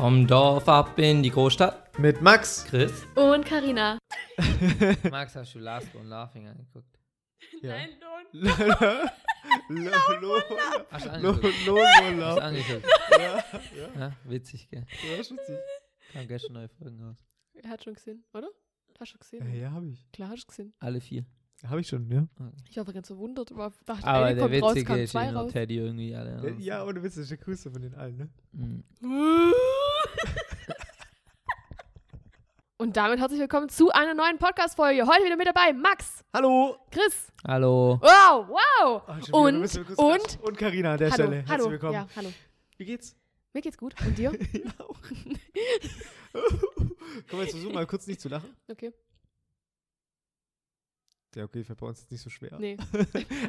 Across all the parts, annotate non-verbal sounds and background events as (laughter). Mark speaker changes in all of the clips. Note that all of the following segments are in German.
Speaker 1: Vom Dorf ab in die Großstadt.
Speaker 2: Mit Max.
Speaker 1: Chris.
Speaker 3: Und Karina.
Speaker 1: (laughs) Max, hast du Last und Laughing angeguckt?
Speaker 3: Nein, Lohn.
Speaker 2: Genau, Lola.
Speaker 1: Hast du angeguckt? Hast du
Speaker 2: Lola.
Speaker 1: angeguckt?
Speaker 2: Ja, ja,
Speaker 1: Ja, witzig, gell?
Speaker 2: ja, schutzig.
Speaker 1: Kam gestern neue Folgen raus.
Speaker 3: Er hat schon gesehen, oder? Hast du gesehen?
Speaker 2: Ja, ja, hab ich.
Speaker 3: Klar, hast du gesehen.
Speaker 1: Alle vier.
Speaker 2: Hab ich schon, ne? ja.
Speaker 3: Ich war aber ganz verwundert, aber dachte,
Speaker 1: Aber
Speaker 3: eine
Speaker 1: der
Speaker 3: kommt raus,
Speaker 1: witzige
Speaker 3: kam
Speaker 1: ist
Speaker 3: zwei
Speaker 1: eh nur
Speaker 3: raus. (laughs)
Speaker 1: Teddy irgendwie. Alle anderen.
Speaker 2: Ja, ohne Witz, das ist der Grüße von den allen, ne?
Speaker 1: Mhm.
Speaker 3: Und damit herzlich willkommen zu einer neuen Podcast-Folge. Heute wieder mit dabei Max,
Speaker 2: Hallo!
Speaker 3: Chris.
Speaker 1: Hallo.
Speaker 3: Wow, wow.
Speaker 2: Oh, schon wieder,
Speaker 3: Und-
Speaker 2: wir müssen kurz
Speaker 3: und-
Speaker 2: klatschen. und Karina an der
Speaker 3: hallo,
Speaker 2: Stelle. Herzlich
Speaker 3: hallo.
Speaker 2: willkommen.
Speaker 3: Ja, hallo.
Speaker 2: Wie geht's? (laughs)
Speaker 3: Mir geht's gut. Und dir?
Speaker 2: ja, auch. Komm, jetzt versuch mal kurz nicht zu lachen.
Speaker 3: (laughs) Okay.
Speaker 2: Ja, okay, fällt bei uns jetzt nicht so schwer.
Speaker 3: Nee.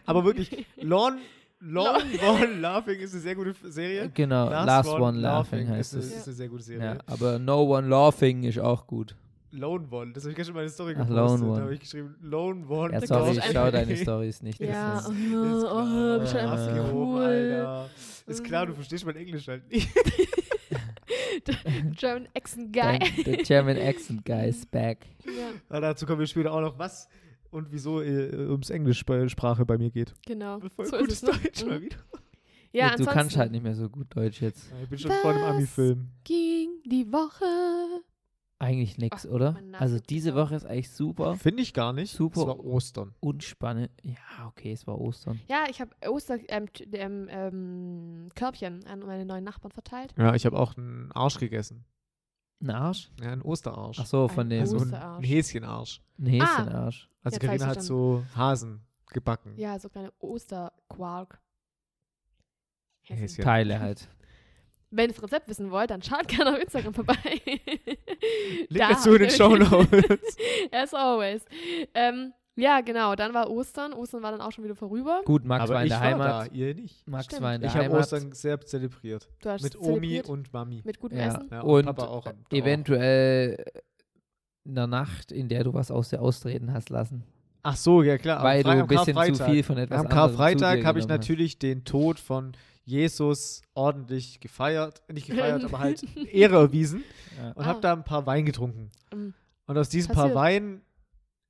Speaker 2: Aber wirklich, Lorn, Lorn, Lorn Laughing ist eine sehr gute Serie.
Speaker 1: Genau, Last, One Laughing heißt
Speaker 2: ist,
Speaker 1: es.
Speaker 2: Eine, ist eine sehr gute Serie.
Speaker 1: Ja, aber No One Laughing ist auch gut.
Speaker 2: Lone One, das habe ich gestern mal in der Story
Speaker 1: Ach, Lone
Speaker 2: gepostet. Da
Speaker 1: One.
Speaker 2: habe ich geschrieben, Lone One.
Speaker 1: Ja,
Speaker 3: Da
Speaker 1: sorry,
Speaker 3: kannst du
Speaker 1: ich
Speaker 3: einfach-
Speaker 1: schau
Speaker 2: (laughs)
Speaker 1: deine Stories nicht.
Speaker 3: Ja,
Speaker 1: Das
Speaker 3: oh,
Speaker 1: ist-
Speaker 3: oh, bist du
Speaker 1: Ja.
Speaker 3: einfach
Speaker 1: Maske
Speaker 3: so
Speaker 2: hoch,
Speaker 3: cool.
Speaker 2: Alter. Ist klar, du verstehst mein Englisch halt nicht. (laughs)
Speaker 3: German Accent
Speaker 1: Dein-
Speaker 3: Guy.
Speaker 1: The German Accent Guy is back.
Speaker 3: Ja,
Speaker 2: Aber dazu kommen wir später auch noch, was und wieso äh, ums Englischsprache bei mir geht.
Speaker 3: genau.
Speaker 2: Voll
Speaker 3: So
Speaker 2: gutes
Speaker 3: ist es, ne?
Speaker 2: Deutsch
Speaker 3: Mhm.
Speaker 2: mal wieder.
Speaker 3: Ja,
Speaker 1: du
Speaker 3: ansonsten
Speaker 1: kannst halt nicht mehr so gut Deutsch jetzt.
Speaker 2: Ich bin schon vor einem
Speaker 3: Was?
Speaker 2: Ami-Film.
Speaker 3: ging die Woche.
Speaker 1: Eigentlich nix,
Speaker 3: Ach,
Speaker 1: oder?
Speaker 3: mein
Speaker 1: Also
Speaker 3: Nachmittag.
Speaker 1: diese Woche ist eigentlich super
Speaker 2: Finde ich gar nicht.
Speaker 1: Super.
Speaker 2: Es war Ostern.
Speaker 1: unspannend. Ja, okay, es war Ostern.
Speaker 3: Ja, ich habe Oster ähm, t- ähm, ähm, Körbchen an meine neuen Nachbarn verteilt.
Speaker 2: Ja, ich habe auch einen Arsch gegessen.
Speaker 1: Ein Arsch?
Speaker 2: Ja, einen Osterarsch.
Speaker 1: Ach so, von
Speaker 3: Ein
Speaker 1: dem
Speaker 3: Also
Speaker 2: also
Speaker 3: ein-
Speaker 2: ein,
Speaker 3: Osterarsch. ein
Speaker 2: Häschenarsch.
Speaker 1: ein Häschenarsch.
Speaker 2: Also
Speaker 3: Jetzt hab ich's
Speaker 2: Karina hat so Hasen gebacken.
Speaker 3: Ja, so kleine Osterquark. Hessen.
Speaker 2: Häschen.
Speaker 1: Teile halt.
Speaker 3: Wenn ihr das Rezept wissen wollt, dann schaut gerne auf Instagram vorbei.
Speaker 2: (laughs) Link dazu in den Show Notes.
Speaker 3: (laughs) As always. Ähm, ja, genau. Dann war Ostern. Ostern war dann auch schon wieder vorüber.
Speaker 1: Gut, Max
Speaker 2: Aber
Speaker 1: war in
Speaker 2: ich
Speaker 1: der
Speaker 2: war
Speaker 1: Heimat.
Speaker 2: da, ihr nicht.
Speaker 1: Max
Speaker 3: Stimmt.
Speaker 1: war in der
Speaker 2: Ich habe
Speaker 1: Heimat.
Speaker 2: Ostern sehr zelebriert.
Speaker 3: Du hast
Speaker 2: Mit Omi
Speaker 3: zelebriert,
Speaker 2: und Mami.
Speaker 3: mit gutem
Speaker 1: Ja.
Speaker 3: Essen.
Speaker 2: Ja,
Speaker 1: Und
Speaker 2: Papa auch. am-
Speaker 1: Eventuell äh, in der Nacht, in der du was aus dir austreten hast lassen.
Speaker 2: auch. Ach so, ja klar. am
Speaker 1: weil du
Speaker 2: Fre-
Speaker 1: ein
Speaker 2: am
Speaker 1: bisschen zu
Speaker 2: Karfreitag.
Speaker 1: viel von etwas
Speaker 2: Am
Speaker 1: anderem zu
Speaker 2: Karfreitag
Speaker 1: dir
Speaker 2: habe ich
Speaker 1: genommen hast.
Speaker 2: natürlich den Tod von Jesus ordentlich gefeiert. Nicht gefeiert,
Speaker 1: (laughs)
Speaker 2: aber halt Ehre erwiesen.
Speaker 1: Ja.
Speaker 2: Und
Speaker 3: Ah.
Speaker 2: habe da ein paar Wein getrunken.
Speaker 3: Mm.
Speaker 2: Und aus diesen
Speaker 3: Passiert.
Speaker 2: paar Weinen,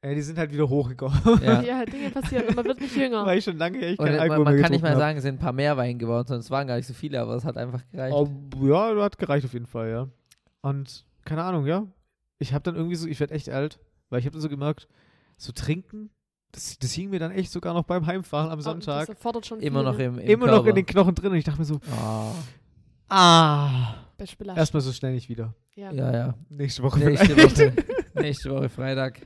Speaker 2: äh, die sind halt wieder hochgekommen.
Speaker 1: Ja.
Speaker 2: (laughs)
Speaker 3: Ja. Dinge passieren und man wird nicht jünger.
Speaker 2: Weil ich schon lange echt
Speaker 1: Und
Speaker 2: keinen
Speaker 1: man,
Speaker 2: Alkohol
Speaker 1: man
Speaker 2: mehr
Speaker 1: kann nicht mal
Speaker 2: getrunken hab.
Speaker 1: sagen, es sind ein paar mehr Wein geworden, sonst waren gar nicht so viele, aber es hat einfach gereicht.
Speaker 2: Ob- ja, hat gereicht auf jeden Fall, ja. Und keine Ahnung, ja. Ich habe dann irgendwie so, ich werde echt alt, weil ich habe dann so gemerkt, so trinken, das, das hing mir dann echt sogar noch beim Heimfahren am Sonntag
Speaker 3: Oh, Das fordert schon
Speaker 1: Immer
Speaker 3: viel,
Speaker 1: noch
Speaker 3: ne?
Speaker 1: im, im
Speaker 2: immer
Speaker 1: Körper.
Speaker 2: noch in den Knochen drin und ich dachte mir so,
Speaker 1: Ah,
Speaker 2: ah,
Speaker 3: Bei Spillasch.
Speaker 2: erstmal so schnell nicht wieder.
Speaker 3: ja.
Speaker 1: ja, ja.
Speaker 2: Nächste Woche (laughs)
Speaker 1: Nächste
Speaker 2: vielleicht.
Speaker 1: Woche, nächste Woche Freitag.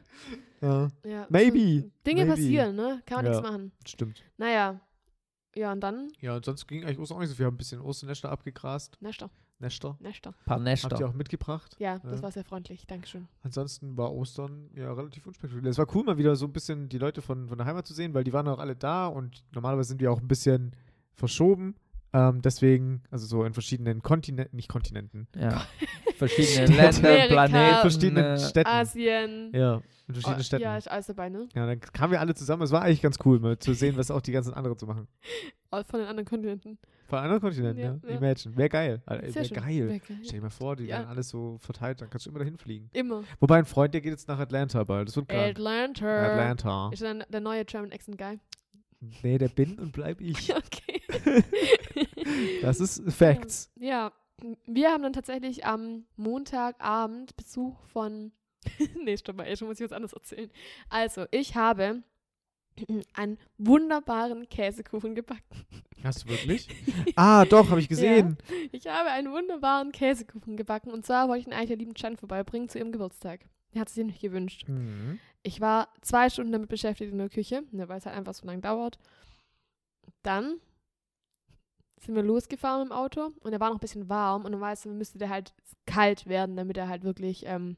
Speaker 2: ja,
Speaker 3: Ja, so
Speaker 2: Maybe.
Speaker 3: Dinge
Speaker 2: Maybe.
Speaker 3: passieren, ne? Kann man
Speaker 2: Ja.
Speaker 3: nichts machen.
Speaker 2: stimmt.
Speaker 3: Naja. Ja, und dann
Speaker 2: Ja, und sonst ging eigentlich Ostern auch nicht so. Wir haben ein bisschen Osternester abgegrast.
Speaker 3: Nächter,
Speaker 2: Nester.
Speaker 3: Nächter.
Speaker 1: Paar
Speaker 2: Habt ihr
Speaker 1: Nächte.
Speaker 2: auch mitgebracht?
Speaker 3: Ja, das
Speaker 2: Ja.
Speaker 3: war sehr freundlich. Dankeschön.
Speaker 2: Ansonsten war Ostern ja relativ unspektakulär. Es war cool, mal wieder so ein bisschen die Leute von, von der Heimat zu sehen, weil die waren auch alle da und normalerweise sind wir auch ein bisschen verschoben. Ähm, deswegen, also so in verschiedenen Kontinenten, nicht Kontinenten,
Speaker 1: Ja.
Speaker 3: (laughs)
Speaker 1: Verschiedene
Speaker 2: Städte.
Speaker 1: Länder,
Speaker 3: Amerika.
Speaker 1: Planeten.
Speaker 3: Ähm,
Speaker 2: verschiedenen
Speaker 1: äh,
Speaker 2: Städten.
Speaker 3: Asien.
Speaker 2: Ja, in verschiedenen
Speaker 3: Oh,
Speaker 2: Städten.
Speaker 3: Ja,
Speaker 2: Ja,
Speaker 3: ist alles dabei, ne?
Speaker 2: dann kamen wir alle zusammen. Es war eigentlich ganz cool, mal zu sehen, was auch die ganzen anderen so machen.
Speaker 3: Auch Von den anderen Kontinenten.
Speaker 2: Von anderen Kontinenten,
Speaker 3: Ja,
Speaker 2: ja.
Speaker 3: ja.
Speaker 2: Imagine. Wäre geil. Alter,
Speaker 3: Sehr
Speaker 2: Wäre
Speaker 3: schön.
Speaker 2: geil.
Speaker 3: Wär geil.
Speaker 2: Stell dir mal vor, die
Speaker 3: Ja.
Speaker 2: werden alles so verteilt, dann kannst du immer dahin fliegen.
Speaker 3: Immer.
Speaker 2: Wobei ein Freund, der geht jetzt nach Atlanta bald. Das wird krank.
Speaker 3: Atlanta.
Speaker 2: Atlanta.
Speaker 3: Ist dann der neue German Accent (laughs) Guy.
Speaker 2: Nee, der bin und bleib ich.
Speaker 3: Okay.
Speaker 2: (laughs) Das ist Facts.
Speaker 3: ja. Wir haben dann tatsächlich am Montagabend Besuch von. (laughs) nee, stopp mal, ich muss ich was anderes erzählen. Also, ich habe (clears throat) einen wunderbaren Käsekuchen gebacken.
Speaker 2: Hast du wirklich? ah, doch,
Speaker 3: (laughs)
Speaker 2: habe ich gesehen.
Speaker 3: Ich habe einen wunderbaren Käsekuchen gebacken und zwar wollte ich ihn eigentlich der lieben Chan vorbeibringen zu ihrem Geburtstag. Er hat sich den nicht gewünscht.
Speaker 2: Mhm.
Speaker 3: Ich war zwei Stunden damit beschäftigt in der Küche, ne, weil es halt einfach so lange dauert. Dann sind wir losgefahren im Auto und er war noch ein bisschen warm und dann weißt du, müsste der halt kalt werden, damit er halt wirklich, ähm,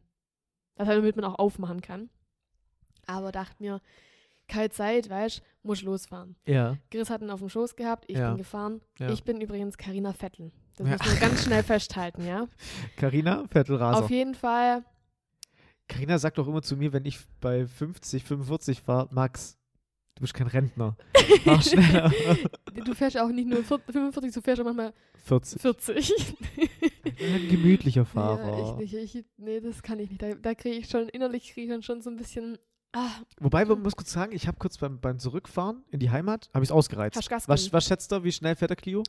Speaker 3: also damit man auch aufmachen kann. Aber dachte mir, kalt seid, weißt muss losfahren.
Speaker 2: Ja.
Speaker 3: Chris hat ihn auf dem Schoß gehabt, ich
Speaker 2: Ja.
Speaker 3: bin gefahren.
Speaker 2: Ja.
Speaker 3: Ich bin übrigens Karina Vettel. Das
Speaker 2: Ja.
Speaker 3: müssen wir ganz schnell festhalten,
Speaker 2: (laughs)
Speaker 3: ja?
Speaker 2: Carina
Speaker 3: Auf
Speaker 2: Vettel-Raser.
Speaker 3: jeden Fall,
Speaker 2: Carina sagt doch immer zu mir, wenn ich bei 50, 45 war, Max, Du bist kein Rentner. Mach schneller.
Speaker 3: (laughs) Du fährst ja auch nicht nur 40 45, du fährst auch manchmal
Speaker 2: 40.
Speaker 3: 40.
Speaker 2: Ein gemütlicher
Speaker 3: (laughs) Ja, ich
Speaker 2: Fahrer.
Speaker 3: nicht. Ich, nee, das kann ich nicht. Da, da kriege ich schon, innerlich kriege ich dann schon so ein bisschen. Ah,
Speaker 2: Wobei, man muss kurz sagen, ich habe kurz beim, beim Zurückfahren in die Heimat, habe ich es
Speaker 3: hast
Speaker 2: ausgereizt.
Speaker 3: Gas
Speaker 2: Was,
Speaker 3: gegeben.
Speaker 2: was schätzt er, wie schnell fährt der Clio?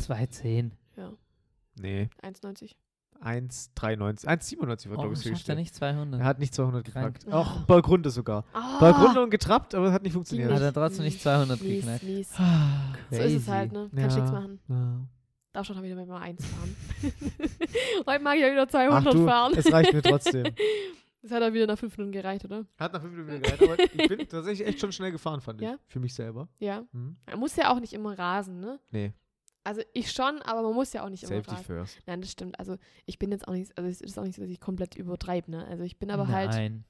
Speaker 1: 2,10.
Speaker 2: Nee.
Speaker 3: 1,90.
Speaker 2: 1,93. 1,97 war,
Speaker 1: Oh,
Speaker 2: glaube ich,
Speaker 1: schafft er
Speaker 2: gestellt.
Speaker 1: nicht 200.
Speaker 2: Er hat nicht 200 gefragt.
Speaker 3: Krank.
Speaker 2: Auch Ballgrunde sogar.
Speaker 3: Ah,
Speaker 2: Ballgrunde und getrappt, aber es hat nicht
Speaker 3: ging
Speaker 2: funktioniert.
Speaker 1: Hat
Speaker 3: nicht.
Speaker 1: er trotzdem nicht 200
Speaker 3: mies,
Speaker 1: geknackt.
Speaker 3: Mies.
Speaker 2: Ah,
Speaker 3: So ist es halt, ne? Kannst
Speaker 2: ne? Ja.
Speaker 3: nichts machen.
Speaker 2: ja.
Speaker 3: Darf schon wieder mit mal 1 fahren. (laughs) Heute mag ich ja wieder
Speaker 2: Ach
Speaker 3: 200
Speaker 2: du,
Speaker 3: fahren.
Speaker 2: es reicht mir trotzdem.
Speaker 3: (laughs) Das hat er wieder nach 5 Minuten gereicht, oder?
Speaker 2: Hat nach fünf Minuten
Speaker 3: (laughs)
Speaker 2: gereicht, aber ich bin tatsächlich echt schon schnell gefahren, fand ich.
Speaker 3: Ja?
Speaker 2: Für mich selber.
Speaker 3: Ja.
Speaker 2: Hm?
Speaker 3: Man muss ja auch nicht immer rasen, ne?
Speaker 2: Nee,
Speaker 3: Also ich schon, aber man muss ja auch nicht immer
Speaker 2: safety
Speaker 3: rasen.
Speaker 2: first.
Speaker 3: Nein, das stimmt. Also ich bin jetzt auch nicht, also es ist auch nicht so, dass ich komplett übertreibe, ne? Also ich bin aber halt (laughs)
Speaker 1: Nein.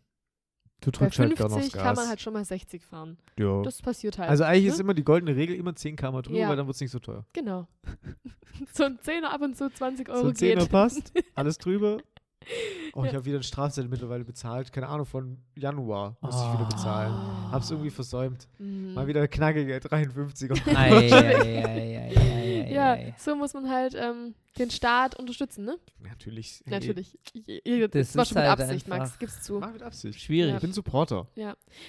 Speaker 2: Du
Speaker 3: bei
Speaker 2: drückst halt gerne aufs
Speaker 3: 50
Speaker 2: Gas.
Speaker 3: kann man halt schon mal 60 fahren.
Speaker 2: ja.
Speaker 3: Das passiert halt.
Speaker 2: also eigentlich
Speaker 3: ne?
Speaker 2: ist immer die goldene Regel, immer 10 km drüber,
Speaker 3: Ja.
Speaker 2: weil dann wird es nicht so teuer.
Speaker 3: Genau. (laughs) so ein Zehner ab und zu 20
Speaker 2: so
Speaker 3: Euro
Speaker 2: ein Zehner
Speaker 3: Oh, geht. (laughs)
Speaker 2: passt, alles drüber. Oh, ich
Speaker 3: Ja.
Speaker 2: habe wieder ein Strafzettel mittlerweile bezahlt. Keine Ahnung, von Januar muss ich wieder
Speaker 1: Ah.
Speaker 2: bezahlen. Hab's irgendwie versäumt.
Speaker 3: Mhm.
Speaker 2: Mal wieder knackige 53 und
Speaker 1: Ei, ei, ei, ei, ei, ei,
Speaker 3: Ja,
Speaker 1: ei.
Speaker 3: so muss man halt ähm, den Staat unterstützen, ne?
Speaker 2: (laughs) Natürlich.
Speaker 3: (laughs) Natürlich. Je- je-
Speaker 1: Das
Speaker 3: das war
Speaker 1: ist
Speaker 3: schon mit
Speaker 1: halt
Speaker 3: Absicht, Max.
Speaker 1: einfach-
Speaker 3: Gib's zu.
Speaker 2: Mach mit Absicht.
Speaker 1: Schwierig.
Speaker 2: Ich bin Supporter.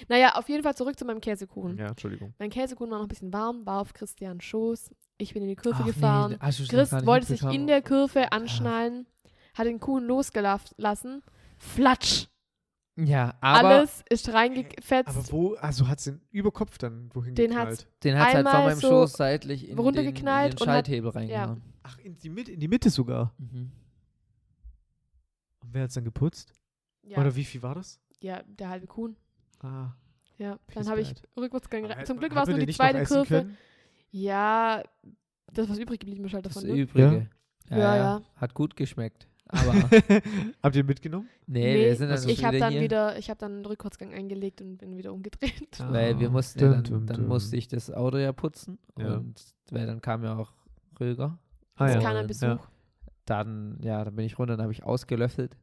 Speaker 3: Naja, auf jeden Fall zurück zu meinem Käsekuchen.
Speaker 2: Ja, Entschuldigung.
Speaker 3: Mein Käsekuchen war noch ein bisschen warm, war auf Christian Schoß. Ich bin in die Kurve
Speaker 1: Ach, nee,
Speaker 3: gefahren.
Speaker 1: ah, stimmt,
Speaker 3: Chris
Speaker 1: gar nicht
Speaker 3: wollte sich
Speaker 1: mitbekommen.
Speaker 3: in der Kurve anschnallen, hat den Kuchen losgelassen. Flatsch!
Speaker 1: Ja, aber
Speaker 3: Alles ist
Speaker 2: Aber
Speaker 3: reingefetzt.
Speaker 2: wo, also hat es den Überkopf dann wohin
Speaker 3: Den hat's-
Speaker 2: geknallt?
Speaker 1: den hat es halt vor
Speaker 3: einmal
Speaker 1: meinem
Speaker 3: so
Speaker 1: Schoß seitlich in den, in den
Speaker 3: runtergeknallt und hat-
Speaker 1: Schalthebel reingehauen.
Speaker 2: Ach, in die, Mitte, in die Mitte sogar.
Speaker 1: Mhm.
Speaker 2: Und wer hat es dann geputzt?
Speaker 3: Ja,
Speaker 2: Oder wie viel war das?
Speaker 3: ja, der halbe Kuhn.
Speaker 2: Ah.
Speaker 3: Ja, dann habe ich
Speaker 2: Pissbreit.
Speaker 3: Rückwärtsgang.
Speaker 2: Aber
Speaker 3: rein-
Speaker 2: hätte
Speaker 3: Zum
Speaker 2: man-
Speaker 3: Glück
Speaker 2: hat
Speaker 3: war es
Speaker 2: man
Speaker 3: nur
Speaker 2: den
Speaker 3: die
Speaker 2: nicht noch
Speaker 3: zweite
Speaker 2: essen (laughs)
Speaker 3: Kurve.
Speaker 2: können?
Speaker 3: Ja, das, was übrig geblieben ist halt
Speaker 1: Das
Speaker 3: davon, ne?
Speaker 1: Übrige.
Speaker 3: Ja. Ja, ja.
Speaker 1: Hat gut geschmeckt. Aber
Speaker 3: (laughs)
Speaker 2: Habt ihr mitgenommen?
Speaker 1: nee, wir sind dann
Speaker 2: also
Speaker 1: schon
Speaker 3: ich habe
Speaker 1: wieder
Speaker 3: dann
Speaker 1: hier.
Speaker 3: wieder, ich habe dann einen Rückwärtsgang eingelegt und bin wieder umgedreht.
Speaker 2: Ah.
Speaker 1: Weil wir mussten ja
Speaker 2: Dum,
Speaker 1: dann,
Speaker 2: dum,
Speaker 1: dann
Speaker 2: dum.
Speaker 1: musste ich das Auto ja putzen
Speaker 2: Ja.
Speaker 1: und weil dann kam ja auch Röger.
Speaker 2: Ah,
Speaker 3: Es
Speaker 1: ja.
Speaker 3: kam ein Besuch.
Speaker 2: Ja.
Speaker 1: Dann, ja, dann bin ich runter, dann habe ich ausgelöffelt.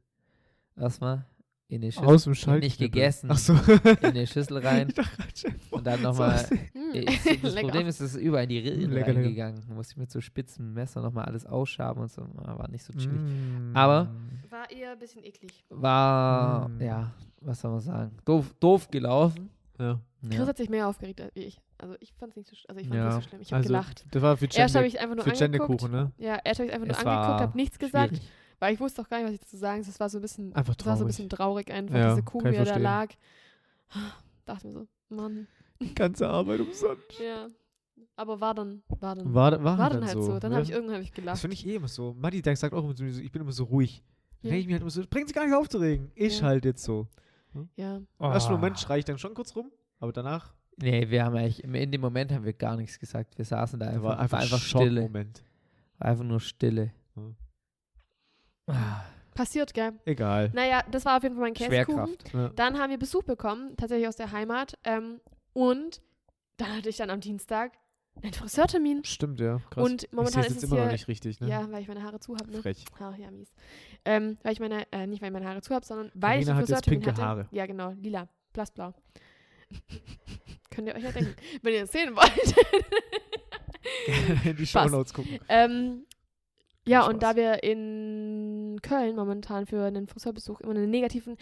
Speaker 1: Erstmal in die Schüssel,
Speaker 2: Aus dem Schalt.
Speaker 1: nicht gegessen,
Speaker 2: Ach so. (laughs)
Speaker 1: in die Schüssel rein
Speaker 2: Ich dachte gerade schon,
Speaker 1: und dann
Speaker 2: so
Speaker 1: nochmal.
Speaker 2: aus-
Speaker 3: Hm,
Speaker 1: Das
Speaker 3: (laughs)
Speaker 1: Problem
Speaker 3: Lecker.
Speaker 1: ist, es ist überall in die Rillen
Speaker 2: Lecker, lecker.
Speaker 1: reingegangen. Da musste ich mit so spitzen Messer nochmal alles ausschaben und so. Ah, War nicht so chillig.
Speaker 2: Mm.
Speaker 1: Aber-
Speaker 3: War eher ein bisschen eklig.
Speaker 1: War,
Speaker 2: Mm.
Speaker 1: ja, was soll man sagen? Doof, doof gelaufen.
Speaker 2: Ja.
Speaker 3: Chris
Speaker 1: Ja.
Speaker 3: hat sich mehr aufgeregt als ich. Also ich fand es nicht so, sch also ich fand's
Speaker 1: Ja,
Speaker 3: nicht so schlimm. Ich habe gelacht.
Speaker 2: Das war für
Speaker 3: Erst habe
Speaker 2: Gender-
Speaker 3: ich einfach nur
Speaker 2: für
Speaker 3: angeguckt.
Speaker 2: Genderkuchen, ne?
Speaker 3: Ja, erst habe ich einfach nur
Speaker 1: Es war
Speaker 3: angeguckt, habe nichts gesagt,
Speaker 1: Schwierig.
Speaker 3: weil ich wusste auch gar nicht, was ich dazu sagen soll. Es war so ein bisschen,
Speaker 2: Einfach
Speaker 3: es war so
Speaker 2: traurig.
Speaker 3: ein bisschen traurig einfach,
Speaker 2: Ja,
Speaker 3: diese Kuh,
Speaker 2: kann
Speaker 3: wie
Speaker 2: ich
Speaker 3: er da
Speaker 2: verstehen.
Speaker 3: lag. Dachte mir so, Mann,
Speaker 2: Die ganze Arbeit umsonst.
Speaker 3: ja. Aber war dann, war dann, war,
Speaker 2: War, war,
Speaker 3: dann halt so. Dann
Speaker 2: ne?
Speaker 3: habe ich irgendwann hab ich gelacht.
Speaker 2: Das finde ich eh immer so. Matti der sagt auch immer zu mir so, ich bin immer so ruhig. Dann
Speaker 3: Ja.
Speaker 2: denke ich mir halt immer so, das bringt sich gar nicht aufzuregen. Ich
Speaker 3: Ja.
Speaker 2: halt jetzt so.
Speaker 3: ja.
Speaker 2: Im
Speaker 1: Oh.
Speaker 2: ersten Moment schreie ich dann schon kurz rum, aber danach
Speaker 1: Nee, wir haben eigentlich, im- in dem Moment haben wir gar nichts gesagt. Wir saßen da einfach,
Speaker 2: war einfach,
Speaker 1: war einfach Stille.
Speaker 2: Schockmoment.
Speaker 1: War einfach nur Stille.
Speaker 2: Hm.
Speaker 1: Ah,
Speaker 3: Passiert, gell?
Speaker 2: Egal.
Speaker 3: Naja, das war auf jeden Fall mein Käsekuchen.
Speaker 1: Schwerkraft.
Speaker 2: Ja.
Speaker 3: Dann haben wir Besuch bekommen, tatsächlich aus der Heimat. Ähm, und dann hatte ich dann am Dienstag einen Friseurtermin.
Speaker 2: Stimmt, ja. Krass.
Speaker 3: Und
Speaker 2: ich sehe
Speaker 3: momentan
Speaker 2: es
Speaker 3: ist
Speaker 2: jetzt
Speaker 3: es
Speaker 2: immer
Speaker 3: hier,
Speaker 2: noch nicht richtig, ne?
Speaker 3: ja, weil ich meine Haare zu habe, ne?
Speaker 2: Frech.
Speaker 3: Ach, ja, mies. Ähm, weil ich meine, äh, nicht weil ich meine Haare zu habe, sondern weil ich
Speaker 2: Karina
Speaker 3: einen
Speaker 2: hat jetzt
Speaker 3: Friseurtermin
Speaker 2: pinke
Speaker 3: hatte.
Speaker 2: Haare.
Speaker 3: Ja, genau, lila, blassblau. (laughs) Könnt ihr euch ja denken, wenn ihr das sehen wollt.
Speaker 2: (laughs)
Speaker 3: (laughs)
Speaker 2: In die
Speaker 3: (laughs) Spaß.
Speaker 2: Shownotes gucken.
Speaker 3: ähm, ja,
Speaker 2: Kein
Speaker 3: und
Speaker 2: Spaß.
Speaker 3: da wir in Köln momentan für einen Friseurbesuch immer einen negativen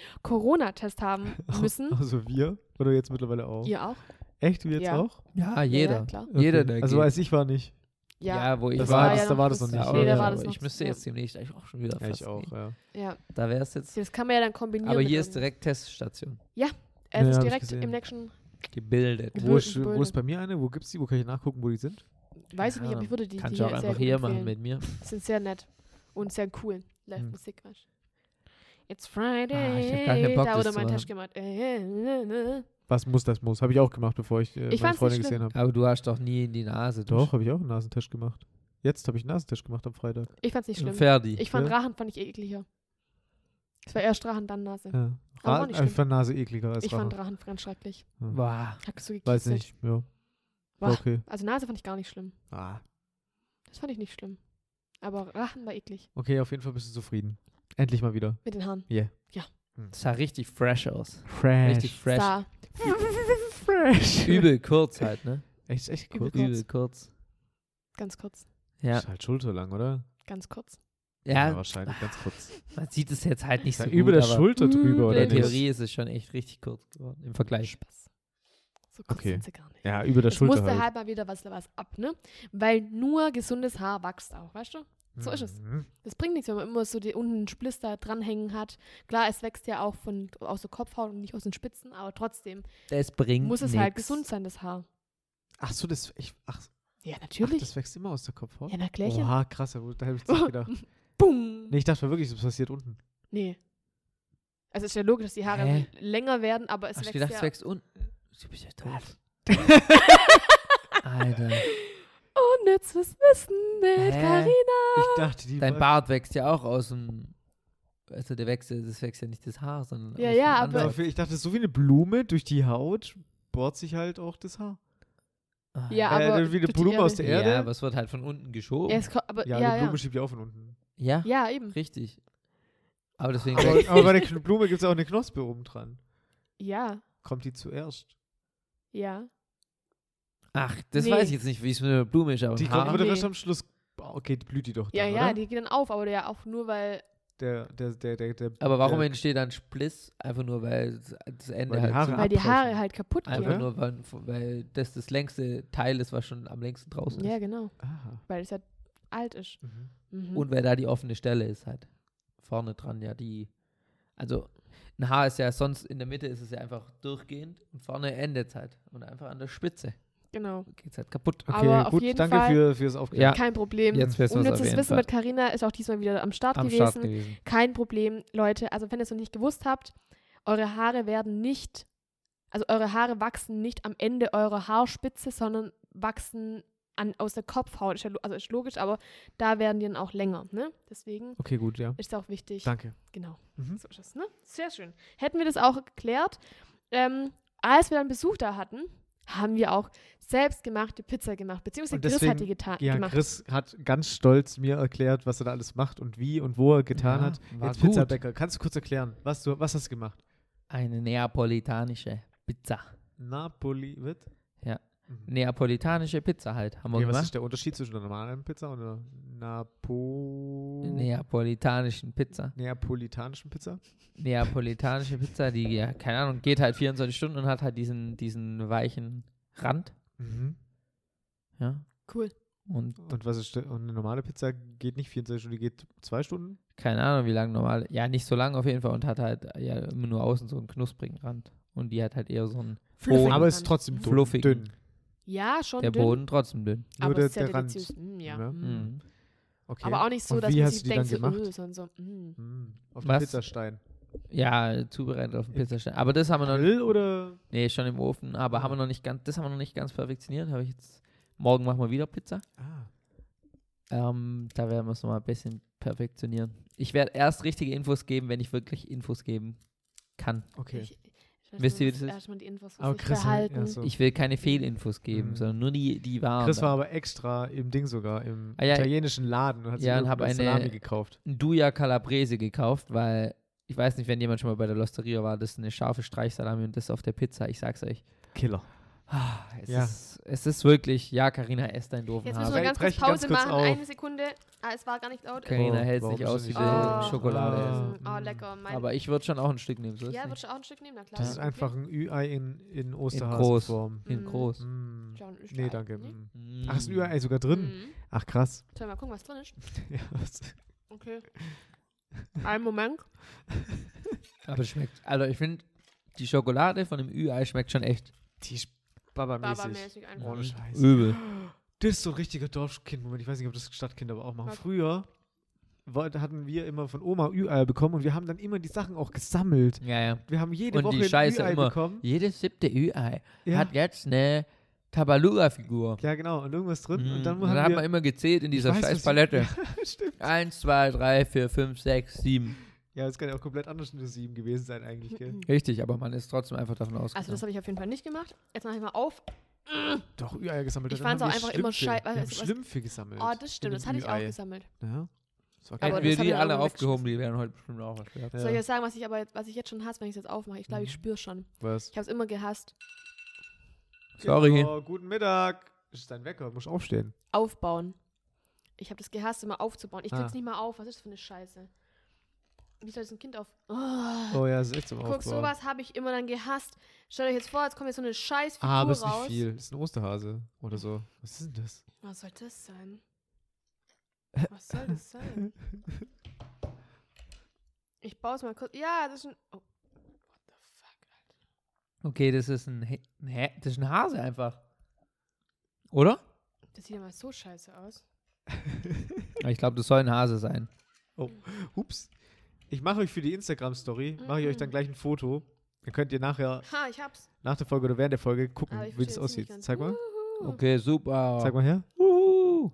Speaker 2: (laughs)
Speaker 3: Corona-Test haben müssen,
Speaker 2: Also wir oder jetzt mittlerweile auch.
Speaker 3: ihr auch?
Speaker 2: Echt, wir jetzt
Speaker 3: Ja.
Speaker 2: auch?
Speaker 1: ja,
Speaker 3: Ja,
Speaker 1: jeder.
Speaker 3: klar.
Speaker 1: Jeder,
Speaker 2: Okay.
Speaker 1: der
Speaker 2: Also
Speaker 1: geht.
Speaker 2: als ich war nicht.
Speaker 1: Ja,
Speaker 3: Ja,
Speaker 1: wo ich
Speaker 2: Das
Speaker 1: war.
Speaker 2: war das- da war das noch
Speaker 3: Friseurtermin.
Speaker 2: nicht.
Speaker 3: Nee,
Speaker 1: ja,
Speaker 3: da war
Speaker 1: aber
Speaker 3: das noch
Speaker 1: ich müsste
Speaker 3: ja.
Speaker 1: jetzt demnächst eigentlich auch schon wieder
Speaker 2: Ja,
Speaker 1: fast
Speaker 2: ich auch,
Speaker 1: gehen.
Speaker 2: ja.
Speaker 3: Ja,
Speaker 1: Da wäre es jetzt.
Speaker 3: das kann man ja dann kombinieren.
Speaker 1: Aber
Speaker 3: mit
Speaker 1: hier ist
Speaker 3: irgend-
Speaker 1: direkt Teststation.
Speaker 3: Ja,
Speaker 2: Ja,
Speaker 3: es
Speaker 2: hab
Speaker 3: ist
Speaker 2: ich
Speaker 3: direkt
Speaker 2: gesehen.
Speaker 3: im nächsten.
Speaker 1: Gebildet.
Speaker 3: Gebü-
Speaker 2: Wo ist,
Speaker 3: Böde.
Speaker 2: wo ist bei mir eine? Wo gibt's die? Wo kann ich nachgucken, wo die sind?
Speaker 3: Weiß ich nicht, aber ich würde die, die
Speaker 1: Kannst du auch
Speaker 3: sehr
Speaker 1: einfach
Speaker 3: gut
Speaker 1: hier machen
Speaker 3: empfehlen.
Speaker 1: mit mir.
Speaker 3: Sind sehr nett und sehr cool.
Speaker 2: Hm.
Speaker 3: Live-Musik. weißt du. It's Friday.
Speaker 1: Ah, hab gar keinen Bock,
Speaker 3: da
Speaker 1: das
Speaker 3: wurde
Speaker 1: zu
Speaker 3: mein
Speaker 1: machen.
Speaker 3: Tasch gemacht. Äh, äh, äh.
Speaker 2: Was muss, das muss. Habe ich auch gemacht, bevor ich, äh,
Speaker 3: Ich
Speaker 2: meine
Speaker 3: fand's
Speaker 2: Freunde
Speaker 3: nicht
Speaker 2: gesehen habe.
Speaker 1: Aber du hast doch nie in die Nase. Du
Speaker 2: Doch, habe ich auch einen Nasentest gemacht. Jetzt habe ich einen Nasentest gemacht am Freitag.
Speaker 3: Ich fand's nicht schlimm.
Speaker 1: Ferdi.
Speaker 3: Ich fand
Speaker 2: Ja.
Speaker 3: Rachen fand ich ekliger. Es war erst Rachen, dann Nase.
Speaker 2: Ja.
Speaker 3: Aber
Speaker 2: Ra-
Speaker 3: auch nicht
Speaker 2: äh, ich
Speaker 3: schlimm.
Speaker 2: fand Nase ekliger als
Speaker 3: ich
Speaker 2: Rache.
Speaker 3: fand Rachen ganz schrecklich.
Speaker 1: Boah.
Speaker 3: Hab so
Speaker 2: Weiß
Speaker 3: gekitzelt.
Speaker 2: nicht. Ja. War
Speaker 3: Boah.
Speaker 2: okay.
Speaker 3: Also Nase fand ich gar nicht schlimm.
Speaker 2: Ah.
Speaker 3: Das fand ich nicht schlimm. Aber Rachen war eklig.
Speaker 2: Okay, auf jeden Fall bist du zufrieden. Endlich mal wieder.
Speaker 3: Mit den Haaren.
Speaker 1: Das sah richtig fresh aus.
Speaker 2: Fresh.
Speaker 1: Richtig fresh.
Speaker 3: Sah.
Speaker 2: (laughs) Fresh.
Speaker 1: Übel kurz halt, ne?
Speaker 2: Echt, echt
Speaker 3: (laughs) Übel
Speaker 2: kurz.
Speaker 3: kurz.
Speaker 1: Übel kurz.
Speaker 3: Ganz kurz.
Speaker 1: Ja.
Speaker 2: Ist halt schulterlang, oder?
Speaker 3: Ganz kurz.
Speaker 1: Ja,
Speaker 2: wahrscheinlich ganz (laughs) kurz.
Speaker 1: man sieht es jetzt halt nicht so
Speaker 2: Ja,
Speaker 1: gut.
Speaker 2: über der
Speaker 1: aber
Speaker 2: Schulter
Speaker 3: Mhm,
Speaker 2: drüber,
Speaker 1: in
Speaker 2: oder
Speaker 1: der
Speaker 3: nicht?
Speaker 1: Theorie ist es schon echt richtig kurz geworden im Vergleich.
Speaker 3: Spaß. So kurz
Speaker 2: Okay.
Speaker 3: sind sie gar nicht.
Speaker 2: Ja, über der
Speaker 3: es
Speaker 2: Schulter
Speaker 3: musste
Speaker 2: halt.
Speaker 3: halt. mal wieder was, was ab, ne? Weil nur gesundes Haar wächst auch, weißt du? halt, so ist es.
Speaker 2: Mhm.
Speaker 3: Das bringt nichts, wenn man immer so die unten einen Splister dranhängen hat. Klar, es wächst ja auch von, aus der Kopfhaut und nicht aus den Spitzen, aber trotzdem
Speaker 1: Es bringt
Speaker 3: muss es halt
Speaker 1: nix.
Speaker 3: gesund sein, das Haar.
Speaker 2: Ach so, das, ich, ach,
Speaker 3: Ja,
Speaker 2: ach,
Speaker 3: natürlich.
Speaker 2: das wächst immer aus der Kopfhaut.
Speaker 3: ja, na klärchen.
Speaker 2: Oha, krass, da hätte ich nicht gedacht.
Speaker 3: (laughs) Bum.
Speaker 2: Nee, ich dachte mir wirklich, das passiert unten.
Speaker 3: Nee. Also ist ja logisch, dass die Haare
Speaker 1: Hä?
Speaker 3: länger werden, aber es
Speaker 1: Hast du
Speaker 3: wächst
Speaker 1: gedacht,
Speaker 3: ja.
Speaker 1: es wächst unten? Du bist ja doof. (laughs) Alter.
Speaker 3: (laughs) Unnützes Wissen mit
Speaker 1: Hä?
Speaker 3: Karina.
Speaker 2: Ich dachte, die
Speaker 1: Dein
Speaker 2: war-
Speaker 1: Bart wächst ja auch aus dem. Also der wächst, ja- das wächst ja nicht das Haar, sondern.
Speaker 3: Ja,
Speaker 1: aus
Speaker 3: ja,
Speaker 1: dem
Speaker 3: aber-
Speaker 1: anderen.
Speaker 2: Aber für- Ich dachte, so wie eine Blume durch die Haut bohrt sich halt auch das Haar.
Speaker 1: Ah.
Speaker 3: Ja, aber
Speaker 2: äh, wie eine
Speaker 3: tut die
Speaker 2: Blume aus
Speaker 3: Erde-
Speaker 2: der Erde.
Speaker 1: Ja, aber es wird halt von unten geschoben.
Speaker 3: Ja, es, ko- aber,
Speaker 2: Ja,
Speaker 3: ja,
Speaker 2: eine
Speaker 3: ja.
Speaker 2: Blume schiebt ja auch von unten.
Speaker 1: ja,
Speaker 3: ja, eben.
Speaker 1: richtig. Aber deswegen.
Speaker 2: Aber, aber bei der Kn- Blume gibt es auch eine Knospe oben dran.
Speaker 3: Ja,
Speaker 2: Kommt die zuerst?
Speaker 3: ja.
Speaker 1: ach, das
Speaker 3: Nee.
Speaker 1: weiß ich jetzt nicht, wie es mit einer Blume ist, aber
Speaker 2: Die
Speaker 1: ein
Speaker 2: kommt
Speaker 1: Haar.
Speaker 2: wird doch
Speaker 3: Nee.
Speaker 2: erst am Schluss. Ah, Okay, die blüht die doch
Speaker 3: Ja,
Speaker 2: dann,
Speaker 3: ja,
Speaker 2: oder?
Speaker 3: die gehen dann auf, aber ja auch nur, weil.
Speaker 2: der, der, der, der, der,
Speaker 1: Aber warum
Speaker 2: der,
Speaker 1: entsteht dann Spliss? Einfach nur, weil das- das Ende
Speaker 2: Weil die
Speaker 1: halt.
Speaker 2: Haare
Speaker 1: so-
Speaker 3: Weil die
Speaker 2: abbrechen.
Speaker 3: Haare halt kaputt gehen.
Speaker 1: einfach
Speaker 2: Ja.
Speaker 1: nur, weil, weil das das längste Teil ist, was schon am längsten draußen
Speaker 3: Ja,
Speaker 1: ist.
Speaker 3: genau.
Speaker 2: Aha.
Speaker 3: Weil es ja alt ist.
Speaker 2: Ah. Mhm.
Speaker 3: Mhm.
Speaker 1: Und weil da die offene Stelle ist halt. Vorne dran, ja, die. Also ein Haar ist ja sonst, in der Mitte ist es ja einfach durchgehend und vorne endet es halt. Und einfach an der Spitze
Speaker 3: genau.
Speaker 1: geht es halt kaputt.
Speaker 2: Okay,
Speaker 3: Aber auf
Speaker 2: gut,
Speaker 3: jeden
Speaker 2: danke
Speaker 3: Fall-
Speaker 2: für, fürs Aufklären.
Speaker 1: Ja.
Speaker 3: Kein Problem.
Speaker 1: Ah, Jetzt wär's was auf
Speaker 3: Unnützes
Speaker 1: jeden
Speaker 3: Wissen
Speaker 1: Fall.
Speaker 3: mit Karina ist auch diesmal wieder am Start
Speaker 1: Am
Speaker 3: gewesen.
Speaker 1: Start gewesen.
Speaker 3: Kein Problem, Leute. Also wenn ihr es noch nicht gewusst habt, eure Haare werden nicht, also eure Haare wachsen nicht am Ende eurer Haarspitze, sondern wachsen an, aus der Kopfhaut. Ist ja, lo- also ist logisch, aber da werden die dann auch länger. Ne? Deswegen
Speaker 2: Okay, gut, ja.
Speaker 3: ist es auch wichtig.
Speaker 2: Danke.
Speaker 3: Genau.
Speaker 2: Mhm.
Speaker 3: So ist es, ne? Sehr schön. Hätten wir das auch geklärt. Ähm, als wir dann Besuch da hatten, haben wir auch selbstgemachte Pizza gemacht, beziehungsweise
Speaker 2: Und
Speaker 3: Chris hat die
Speaker 2: deswegen-
Speaker 3: getan,
Speaker 2: Ja,
Speaker 3: gemacht.
Speaker 2: Chris hat ganz stolz mir erklärt, was er da alles macht und wie und wo er getan
Speaker 1: Ja,
Speaker 2: hat.
Speaker 1: war
Speaker 2: Jetzt
Speaker 1: gut.
Speaker 2: Pizzabäcker, kannst du kurz erklären, was, du, was hast du gemacht?
Speaker 1: Eine neapolitanische Pizza.
Speaker 2: Napoli wird?
Speaker 1: Ja.
Speaker 2: Mhm.
Speaker 1: Neapolitanische Pizza halt, haben wir
Speaker 2: Okay, was ist
Speaker 1: gemacht.
Speaker 2: der Unterschied zwischen einer normalen Pizza und einer Napo
Speaker 1: Neapolitanischen Pizza.
Speaker 2: neapolitanischen Pizza?
Speaker 1: Neapolitanische Pizza, die, ja, keine Ahnung, geht halt 24 Stunden und hat halt diesen, diesen weichen Rand.
Speaker 2: Mhm.
Speaker 1: Ja.
Speaker 3: Cool.
Speaker 1: Und
Speaker 3: Hm.
Speaker 2: Und was ist der, und eine normale Pizza geht nicht 24 Stunden, die geht zwei Stunden?
Speaker 1: keine Ahnung, wie lange normal. Ja, nicht so lang auf jeden Fall und hat halt äh, ja immer nur außen so einen knusprigen Rand. Und die hat halt eher so einen.
Speaker 3: Fluffigen
Speaker 2: Oh, aber es ist
Speaker 3: Rand.
Speaker 2: trotzdem dünn.
Speaker 1: Fluffigen.
Speaker 2: dünn.
Speaker 3: Ja, schon
Speaker 1: der
Speaker 3: dünn,
Speaker 1: Boden trotzdem dünn.
Speaker 3: aber
Speaker 2: Nur der,
Speaker 3: es ist ja
Speaker 2: der Rand.
Speaker 3: deliciös. Mm, ja.
Speaker 2: Ja.
Speaker 3: Mm.
Speaker 1: Mhm.
Speaker 2: Okay.
Speaker 3: Aber auch nicht so,
Speaker 2: Und
Speaker 3: dass
Speaker 2: wie
Speaker 3: man
Speaker 2: hast
Speaker 3: sich
Speaker 2: du die dann
Speaker 3: denkt, so,
Speaker 2: gemacht?
Speaker 3: öh, sondern so, mm.
Speaker 2: Mhm. Auf dem
Speaker 1: Was-
Speaker 2: Pizzastein.
Speaker 1: Ja, zubereitet auf dem Pizzastein. Aber das haben wir noch nicht.
Speaker 2: Grill oder?
Speaker 1: Nee, schon im Ofen, aber haben wir noch nicht ganz, das haben wir noch nicht ganz perfektioniert. Habe ich jetzt. Morgen machen wir wieder Pizza.
Speaker 2: Ah.
Speaker 1: Ähm, da werden wir es nochmal ein bisschen perfektionieren. Ich werde erst richtige Infos geben, wenn ich wirklich Infos geben kann.
Speaker 2: Okay.
Speaker 3: Ich, ich weiß
Speaker 1: Wisst ihr,
Speaker 3: nur,
Speaker 1: wie
Speaker 3: dass
Speaker 1: das ist?
Speaker 3: Erstmal die Infos für
Speaker 2: Aber
Speaker 3: sich
Speaker 2: Chris-
Speaker 3: behalten.
Speaker 2: ja, so.
Speaker 1: Ich will keine Fehlinfos geben,
Speaker 2: Mhm.
Speaker 1: sondern nur die, die waren.
Speaker 2: Chris war aber extra im Ding sogar, im
Speaker 1: Ah, ja,
Speaker 2: italienischen Laden und hat
Speaker 1: ja,
Speaker 2: sich
Speaker 1: und hab
Speaker 2: irgendeine
Speaker 1: eine-
Speaker 2: Salami gekauft.
Speaker 1: ein Duja Calabrese gekauft, weil ich weiß nicht, wenn jemand schon mal bei der Losteria war, das ist eine scharfe Streichsalami und das auf der Pizza, ich sag's euch.
Speaker 2: Killer.
Speaker 1: Ah, Es,
Speaker 2: Ja.
Speaker 1: ist, es ist wirklich, ja, Karina esst dein doofen
Speaker 3: Jetzt
Speaker 1: Haar.
Speaker 3: müssen wir
Speaker 2: Aber
Speaker 3: ganz
Speaker 2: brechen ganz
Speaker 3: kurz Pause
Speaker 2: kurz
Speaker 3: machen.
Speaker 2: auf.
Speaker 3: Eine Sekunde. Ah, es war gar nicht laut.
Speaker 1: Karina
Speaker 2: Oh,
Speaker 1: hält
Speaker 2: warum
Speaker 1: sich
Speaker 2: ist
Speaker 1: aus
Speaker 2: sie
Speaker 1: wie
Speaker 2: nicht
Speaker 1: eine
Speaker 3: laut? Oh.
Speaker 1: Schokolade.
Speaker 2: Ah.
Speaker 1: essen.
Speaker 3: Mm, Oh, lecker. Mein
Speaker 1: Aber ich würde schon auch ein Stück nehmen, so ist
Speaker 3: ja,
Speaker 1: nicht.
Speaker 3: würdest du auch ein Stück nehmen? Na klar.
Speaker 2: Das ist
Speaker 3: okay.
Speaker 2: einfach ein Ü-Ei in, in
Speaker 1: groß.
Speaker 2: Osterhasenform.
Speaker 1: In
Speaker 3: Mhm.
Speaker 1: groß.
Speaker 2: Mm.
Speaker 3: Ja, ein Stück
Speaker 2: Nee,
Speaker 3: Ei. Mhm.
Speaker 2: danke.
Speaker 3: Nee?
Speaker 1: Mm.
Speaker 2: Mm. Ach, ist ein Ü-Ei sogar drin?
Speaker 3: Mhm.
Speaker 2: Ach, krass. (laughs)
Speaker 3: Soll ich mal gucken, was drin ist?
Speaker 2: Ja, was-
Speaker 3: (laughs) Okay. Einen Moment.
Speaker 1: Aber es schmeckt, also ich finde, die Schokolade von dem Ü-Ei schmeckt schon echt
Speaker 2: Die ist babamäßig. Oh,
Speaker 3: Baba-mäßig einfach.
Speaker 2: Ohne Scheiß.
Speaker 1: übel.
Speaker 2: Das ist so ein richtiger Dorfkind-Moment. Ich weiß nicht, ob das Stadtkinder aber auch machen.
Speaker 3: Was?
Speaker 2: Früher woll- hatten wir immer von Oma Ü-Eier bekommen und wir haben dann immer die Sachen auch gesammelt.
Speaker 1: Ja, ja.
Speaker 2: Wir haben jede
Speaker 1: Und die
Speaker 2: Woche ein
Speaker 1: Scheiße
Speaker 2: Ü-Ei
Speaker 1: immer.
Speaker 2: bekommen.
Speaker 1: Jedes siebte Ü-Ei
Speaker 2: Ja.
Speaker 1: hat jetzt eine Tabaluga-Figur.
Speaker 2: ja, genau. Und irgendwas drin.
Speaker 1: Mhm.
Speaker 2: Und dann
Speaker 1: haben
Speaker 2: haben
Speaker 1: wir
Speaker 2: wir...
Speaker 1: immer gezählt in
Speaker 2: Ich
Speaker 1: dieser
Speaker 2: weiß, was
Speaker 1: scheiß
Speaker 2: ich-
Speaker 1: Palette.
Speaker 2: Stimmt.
Speaker 1: Eins, zwei, drei, vier, fünf, sechs, sieben.
Speaker 2: (laughs) Ja, das kann ja auch komplett anders nur sieben gewesen sein eigentlich,
Speaker 3: Mhm.
Speaker 2: gell?
Speaker 1: Richtig, aber man ist trotzdem einfach davon ausgegangen.
Speaker 3: Also das habe ich auf jeden Fall nicht gemacht. Jetzt mache ich mal auf.
Speaker 2: Doch, Ü-Eier gesammelt.
Speaker 3: Ich
Speaker 2: Und dann
Speaker 3: fand's
Speaker 2: haben
Speaker 3: auch
Speaker 2: wir
Speaker 3: einfach immer
Speaker 2: Schlümpfe.
Speaker 3: schei-
Speaker 2: Wir haben
Speaker 3: was- was-
Speaker 2: Schlümpfe gesammelt.
Speaker 3: Oh, das
Speaker 2: in
Speaker 3: stimmt. Das
Speaker 2: einem
Speaker 3: hatte ich auch
Speaker 2: Ü-Ei.
Speaker 3: gesammelt.
Speaker 2: Ja. Das war
Speaker 3: Aber
Speaker 1: Hätten
Speaker 2: geil.
Speaker 1: wir
Speaker 3: das haben
Speaker 1: die
Speaker 3: wir
Speaker 1: alle
Speaker 3: irgendwann
Speaker 1: aufgehoben, die wären heute bestimmt auch was wert.
Speaker 2: Ja. Mhm.
Speaker 3: Soll ich jetzt sagen, was ich aber was ich jetzt schon hasse, wenn ich es jetzt aufmache? Ich glaube, ich spüre schon.
Speaker 2: Was?
Speaker 3: Ich habe es immer gehasst.
Speaker 1: Sorry.
Speaker 2: Kinder, Genau, guten Mittag. Das ist dein Wecker, musst aufstehen.
Speaker 3: Aufbauen. Ich habe das gehasst, immer aufzubauen. Ich
Speaker 2: Ah.
Speaker 3: krieg's nicht mal auf. Was ist das für eine Scheiße? Wie soll ich ein Kind auf... Oh.
Speaker 2: Oh ja, das ist echt zum
Speaker 3: Guck,
Speaker 2: Aufbauen.
Speaker 3: sowas habe ich immer dann gehasst. Stellt euch jetzt vor, jetzt kommt jetzt so eine scheiß Figur
Speaker 2: ah, aber ist
Speaker 3: raus.
Speaker 2: nicht viel. Das ist ein Osterhase oder so. Was ist denn das?
Speaker 3: Was soll das sein? Was soll
Speaker 2: (laughs)
Speaker 3: das sein? Ich baue es mal kurz. Ja, das ist ein... Oh. What the fuck, Alter.
Speaker 1: Okay, das ist ein, He- ein, Hä- das ist ein Hase einfach. Oder?
Speaker 3: Das sieht ja mal so scheiße aus. Hm.
Speaker 1: Ich glaube, das soll ein Hase sein.
Speaker 2: Ups. Ich mache euch für die Instagram-Story, mache ich euch dann
Speaker 3: Mhm.
Speaker 2: gleich ein Foto. Dann könnt ihr nachher,
Speaker 3: Ha, ich hab's.
Speaker 2: nach der Folge oder während der Folge gucken,
Speaker 3: Aber ich
Speaker 2: wie das
Speaker 3: verstehe jetzt nicht
Speaker 2: aussieht.
Speaker 3: ganz. Uh.
Speaker 2: Zeig mal.
Speaker 3: Uhuhu.
Speaker 1: Okay, super.
Speaker 2: Zeig mal
Speaker 3: (laughs)
Speaker 2: her.
Speaker 1: Uhu.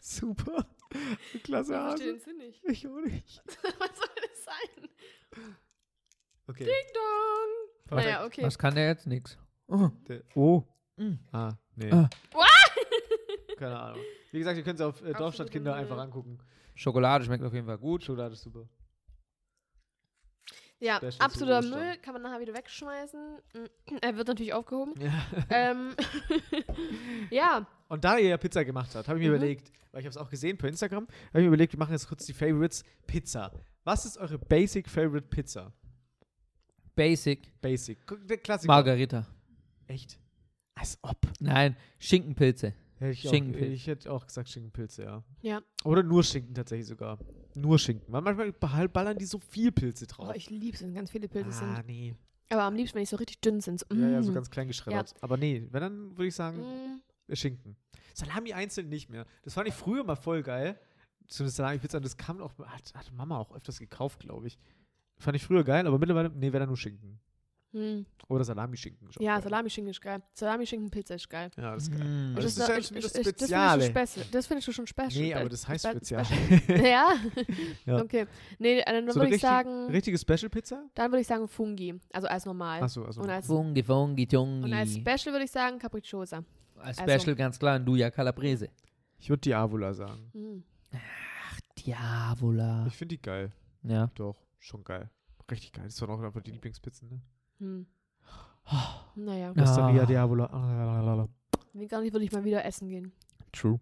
Speaker 2: Super. (laughs) Klasse
Speaker 3: Ich verstehe
Speaker 2: Hase.
Speaker 3: den Sinn nicht. (laughs)
Speaker 2: Ich auch nicht.
Speaker 3: Was soll das sein?
Speaker 2: Okay.
Speaker 3: (laughs) Ding dong.
Speaker 2: perfekt.
Speaker 3: Naja, okay.
Speaker 1: Was kann der jetzt? Nix. Oh.
Speaker 2: Der- Oh.
Speaker 1: Mm.
Speaker 2: Ah, nee.
Speaker 1: Ah.
Speaker 3: (laughs)
Speaker 2: Keine Ahnung. Wie gesagt, ihr könnt es auf äh, Dorfstadtkinder einfach angucken.
Speaker 1: Schokolade schmeckt auf jeden Fall gut.
Speaker 2: Schokolade ist (laughs) super.
Speaker 3: ja,
Speaker 2: Special zu
Speaker 3: absoluter
Speaker 2: Ostern.
Speaker 3: Müll. Kann man nachher wieder wegschmeißen. Mm. Er wird natürlich aufgehoben. (laughs)
Speaker 2: Ja.
Speaker 3: ähm, (laughs) ja,
Speaker 2: Und da ihr ja Pizza gemacht habt, habe ich mir
Speaker 3: Mhm.
Speaker 2: überlegt, weil ich habe es auch gesehen per Instagram, habe ich mir überlegt, wir machen jetzt kurz die Favorites Pizza. Was ist eure Basic Favorite Pizza?
Speaker 1: Basic.
Speaker 2: Basic. Guck, Der Klassiker.
Speaker 1: Margarita.
Speaker 2: Echt? Als ob.
Speaker 1: Nein, Schinkenpilze.
Speaker 2: Hätte ich, auch,
Speaker 1: Schinkenpilz.
Speaker 2: ich hätte auch gesagt Schinkenpilze, ja.
Speaker 3: Ja.
Speaker 2: Oder nur Schinken tatsächlich sogar. Nur Schinken. Weil manchmal behal- ballern die so viel Pilze drauf.
Speaker 3: oh, ich liebe es, wenn ganz viele Pilze
Speaker 2: ah,
Speaker 3: sind.
Speaker 2: nee.
Speaker 3: Aber am liebsten, wenn die so richtig dünn sind. So,
Speaker 2: Ja, ja, so
Speaker 3: mm,
Speaker 2: ganz klein geschreddert. Aber nee, wenn, dann würde ich sagen,
Speaker 3: mm.
Speaker 2: Schinken. Salami einzeln nicht mehr. Das fand ich früher mal voll geil. So eine Salami-Pizza, und das kam auch, hat, hat Mama auch öfters gekauft, glaube ich. Fand ich früher geil, aber mittlerweile, nee, wäre dann nur Schinken.
Speaker 3: Mm.
Speaker 2: Oder Salamischinken. ist auch
Speaker 3: Ja, Mhm.
Speaker 2: geil.
Speaker 3: Salamischinken ist geil. Salamischinkenpilze ist geil.
Speaker 2: Ja, das ist geil.
Speaker 1: Mm.
Speaker 2: Aber Hm. das ist ja schon wieder
Speaker 3: das findest du
Speaker 2: Speziale.
Speaker 3: Spezial. Das findest du schon special.
Speaker 2: Nee, aber
Speaker 3: Äh,
Speaker 2: das (laughs) heißt
Speaker 3: spe-
Speaker 2: Spezial.
Speaker 3: (laughs) ja?
Speaker 2: Ja.
Speaker 3: Okay. Nee, äh, dann
Speaker 2: So
Speaker 3: würde
Speaker 2: eine
Speaker 3: ich sagen,
Speaker 2: richtige Special-Pizza?
Speaker 3: dann würde ich sagen Fungi. Also als normal.
Speaker 2: Achso, also.
Speaker 3: Und als,
Speaker 1: Fungi, Fungi,
Speaker 3: und als
Speaker 1: Tungi.
Speaker 3: Special würde ich sagen Capricciosa.
Speaker 1: Als
Speaker 3: also-
Speaker 1: Special ganz klar ein Duja Calabrese.
Speaker 2: Ich würde die Avula sagen.
Speaker 3: Hm.
Speaker 1: Diavola.
Speaker 2: Ich finde die geil.
Speaker 1: Ja.
Speaker 2: Doch, schon geil. Richtig geil. Das waren auch einfach die Lieblingspizzen, ne?
Speaker 3: Hm. Naja,
Speaker 1: Ja.
Speaker 2: Osteria Diavola. (laughs) Ah,
Speaker 3: wenn gar nicht, würde ich mal wieder essen gehen.
Speaker 2: True.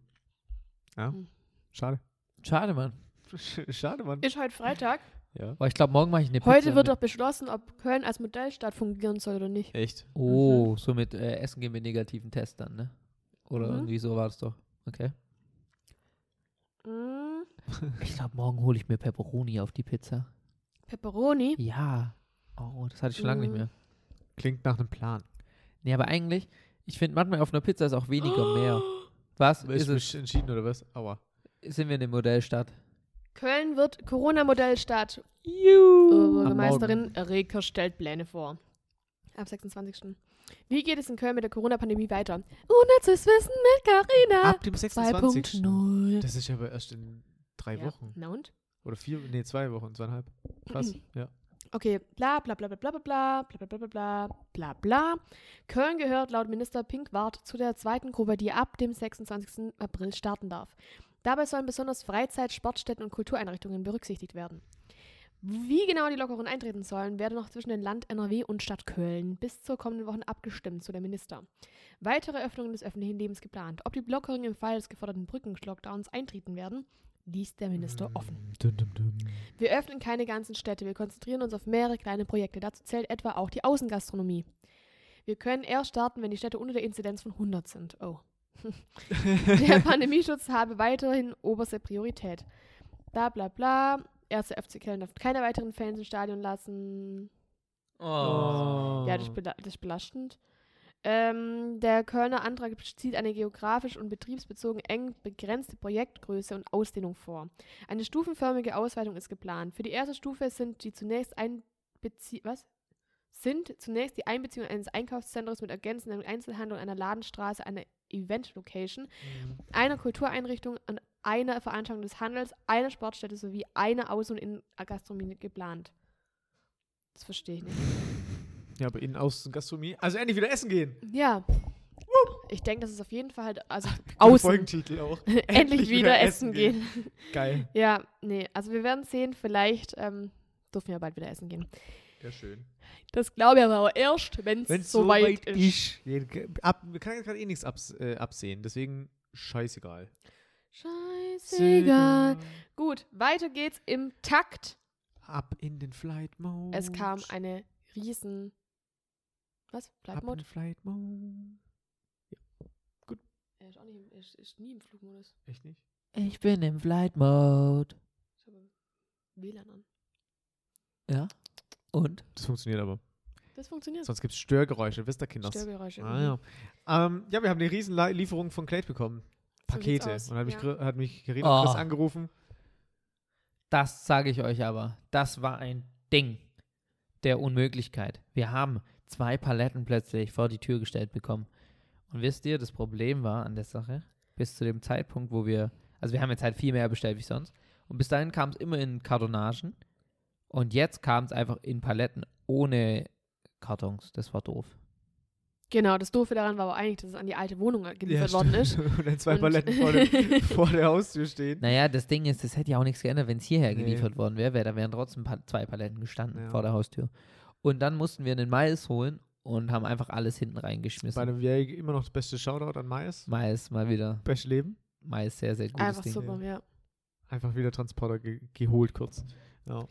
Speaker 2: Ja,
Speaker 3: Hm.
Speaker 2: schade.
Speaker 1: Schade, Mann.
Speaker 2: Schade, Mann.
Speaker 3: Ist heute Freitag.
Speaker 2: Ja.
Speaker 1: Aber ich glaube, morgen mache ich eine
Speaker 3: Heute
Speaker 1: Pizza.
Speaker 3: wird
Speaker 1: mit-
Speaker 3: doch beschlossen, ob Köln als Modellstadt fungieren soll oder nicht.
Speaker 2: Echt?
Speaker 1: Oh, so mit äh, Essen gehen wir negativen Test dann, ne? Oder
Speaker 3: Mhm.
Speaker 1: irgendwie so war das doch. Okay.
Speaker 3: Mm.
Speaker 1: Ich glaube, morgen hole ich mir Pepperoni auf die Pizza.
Speaker 3: Pepperoni.
Speaker 1: Ja. Oh, das hatte ich schon lange nicht
Speaker 3: Mhm.
Speaker 1: mehr.
Speaker 2: Klingt nach einem Plan.
Speaker 1: Nee, aber eigentlich, ich finde manchmal auf einer Pizza ist auch (gasps) weniger mehr. Was? Ist es,
Speaker 2: entschieden oder was? Aua.
Speaker 1: sind wir in der Modellstadt?
Speaker 3: Köln wird Corona-Modellstadt. Äh,
Speaker 1: Juhu.
Speaker 3: Bürgermeisterin Reker stellt Pläne vor. Ab 26. Wie geht es in Köln mit der Corona-Pandemie weiter? Unnützes Wissen mit Carina.
Speaker 2: Ab dem 26.
Speaker 3: 2.0.
Speaker 2: Das ist ja aber erst in drei
Speaker 3: Ja.
Speaker 2: Wochen.
Speaker 3: Na und?
Speaker 2: Oder vier, nee, zwei Wochen, zweieinhalb. Krass,
Speaker 3: Mhm.
Speaker 2: ja.
Speaker 3: Okay, bla bla bla bla bla bla bla bla bla bla bla bla bla. Köln gehört laut Minister Pinkwart zu der zweiten Gruppe, die ab dem 26. April starten darf. Dabei sollen besonders Freizeit, Sportstätten und Kultureinrichtungen berücksichtigt werden. Wie genau die Lockerungen eintreten sollen, werde noch zwischen dem Land NRW und Stadt Köln bis zur kommenden Woche abgestimmt, so der Minister. Weitere Öffnungen des öffentlichen Lebens geplant. Ob die Lockerungen im Fall des geforderten Brückenlockdowns eintreten werden, ließ der
Speaker 2: Hm.
Speaker 3: Minister offen.
Speaker 2: Mm, Dum, dum, dum.
Speaker 3: Wir öffnen keine ganzen Städte, wir konzentrieren uns auf mehrere kleine Projekte. Dazu zählt etwa auch die Außengastronomie. Wir können erst starten, wenn die Städte unter der Inzidenz von 100 sind. Oh. (laughs) der Pandemieschutz habe weiterhin oberste Priorität. Bla bla bla. Erste FC Köln darf keine weiteren Fans im Stadion lassen.
Speaker 1: Oh.
Speaker 3: Ja, das
Speaker 2: Ah.
Speaker 3: ist, bela das ist belastend. Ähm, der Kölner Antrag zieht eine geografisch und betriebsbezogen eng begrenzte Projektgröße und Ausdehnung vor. Eine stufenförmige Ausweitung ist geplant. Für die erste Stufe sind die zunächst einbezie was? Sind zunächst die Einbeziehung eines Einkaufszentrums mit ergänzendem Einzelhandel und einer Ladenstraße, einer Event-Location, einer Kultureinrichtung und einer Veranstaltung des Handels, einer Sportstätte sowie einer Außen- und Innengastronomie geplant. Das verstehe ich nicht.
Speaker 2: Ja, aber innen außen Gastronomie. Also endlich wieder essen gehen.
Speaker 3: Ja. Ich denke, das ist auf jeden Fall halt, (laughs) also
Speaker 2: Guter
Speaker 3: außen.
Speaker 2: Folgentitel auch.
Speaker 3: (laughs) Endlich wieder essen gehen.
Speaker 2: Geil.
Speaker 3: Ja, nee, also wir werden sehen, vielleicht ähm, dürfen wir bald wieder essen gehen.
Speaker 2: Ja, schön.
Speaker 3: Das glaube ich aber auch erst, wenn
Speaker 2: Wenn
Speaker 3: es soweit ist.
Speaker 2: Ab, man kann ja gerade eh nichts abs, äh, absehen, deswegen scheißegal.
Speaker 3: Scheißegal. Gut, weiter geht's im Takt.
Speaker 2: Ab in den Flight Mode.
Speaker 3: Es kam eine riesen. Was?
Speaker 2: Ab in
Speaker 3: Flight-Mode?
Speaker 2: den Flight Mode.
Speaker 3: Er Äh, ist, auch nicht, er ist, ist nie im Flugmodus.
Speaker 2: Echt nicht?
Speaker 1: Ich bin im Flight Mode.
Speaker 3: Ich habe WLAN an.
Speaker 1: Ja. Und?
Speaker 2: Das funktioniert aber.
Speaker 3: Das funktioniert.
Speaker 2: Sonst gibt es Störgeräusche, wisst ihr, Kinders.
Speaker 3: Störgeräusche. mhm.
Speaker 2: Ah, ja. Ähm, ja, wir haben eine riesen La- Lieferung von Clade bekommen.
Speaker 3: So sieht's
Speaker 2: Pakete.
Speaker 3: aus,
Speaker 2: und hat mich,
Speaker 3: ja.
Speaker 2: Gr- hat mich Karina und Chris
Speaker 1: Oh.
Speaker 2: angerufen.
Speaker 1: Das sage ich euch aber. Das war ein Ding der Unmöglichkeit. Wir haben zwei Paletten plötzlich vor die Tür gestellt bekommen. Und wisst ihr, das Problem war an der Sache, bis zu dem Zeitpunkt, wo wir, also wir haben jetzt halt viel mehr bestellt wie sonst. Und bis dahin kam es immer in Kartonagen. Und jetzt kam es einfach in Paletten ohne Kartons. Das war doof.
Speaker 3: Genau, das Doofe daran war aber eigentlich, dass es an die alte Wohnung geliefert worden
Speaker 2: stimmt.
Speaker 3: ist.
Speaker 2: (laughs) und dann zwei
Speaker 3: Und-
Speaker 2: Paletten vor,
Speaker 3: (laughs)
Speaker 2: dem, vor der Haustür stehen.
Speaker 1: Naja, das Ding ist, das hätte ja auch nichts geändert, wenn es hierher
Speaker 2: Nee.
Speaker 1: geliefert worden wäre, wär, da wären trotzdem pa zwei Paletten gestanden
Speaker 2: Ja.
Speaker 1: vor der Haustür. Und dann mussten wir einen Mais holen und haben einfach alles hinten
Speaker 2: Bei
Speaker 1: reingeschmissen.
Speaker 2: dem Jäger immer noch das beste Shoutout an Mais.
Speaker 1: Mais mal wieder.
Speaker 2: Beste Leben.
Speaker 1: Mais sehr, sehr gutes
Speaker 3: Einfach
Speaker 1: Ding.
Speaker 3: super, ja.
Speaker 2: Einfach wieder Transporter ge geholt kurz. Ja.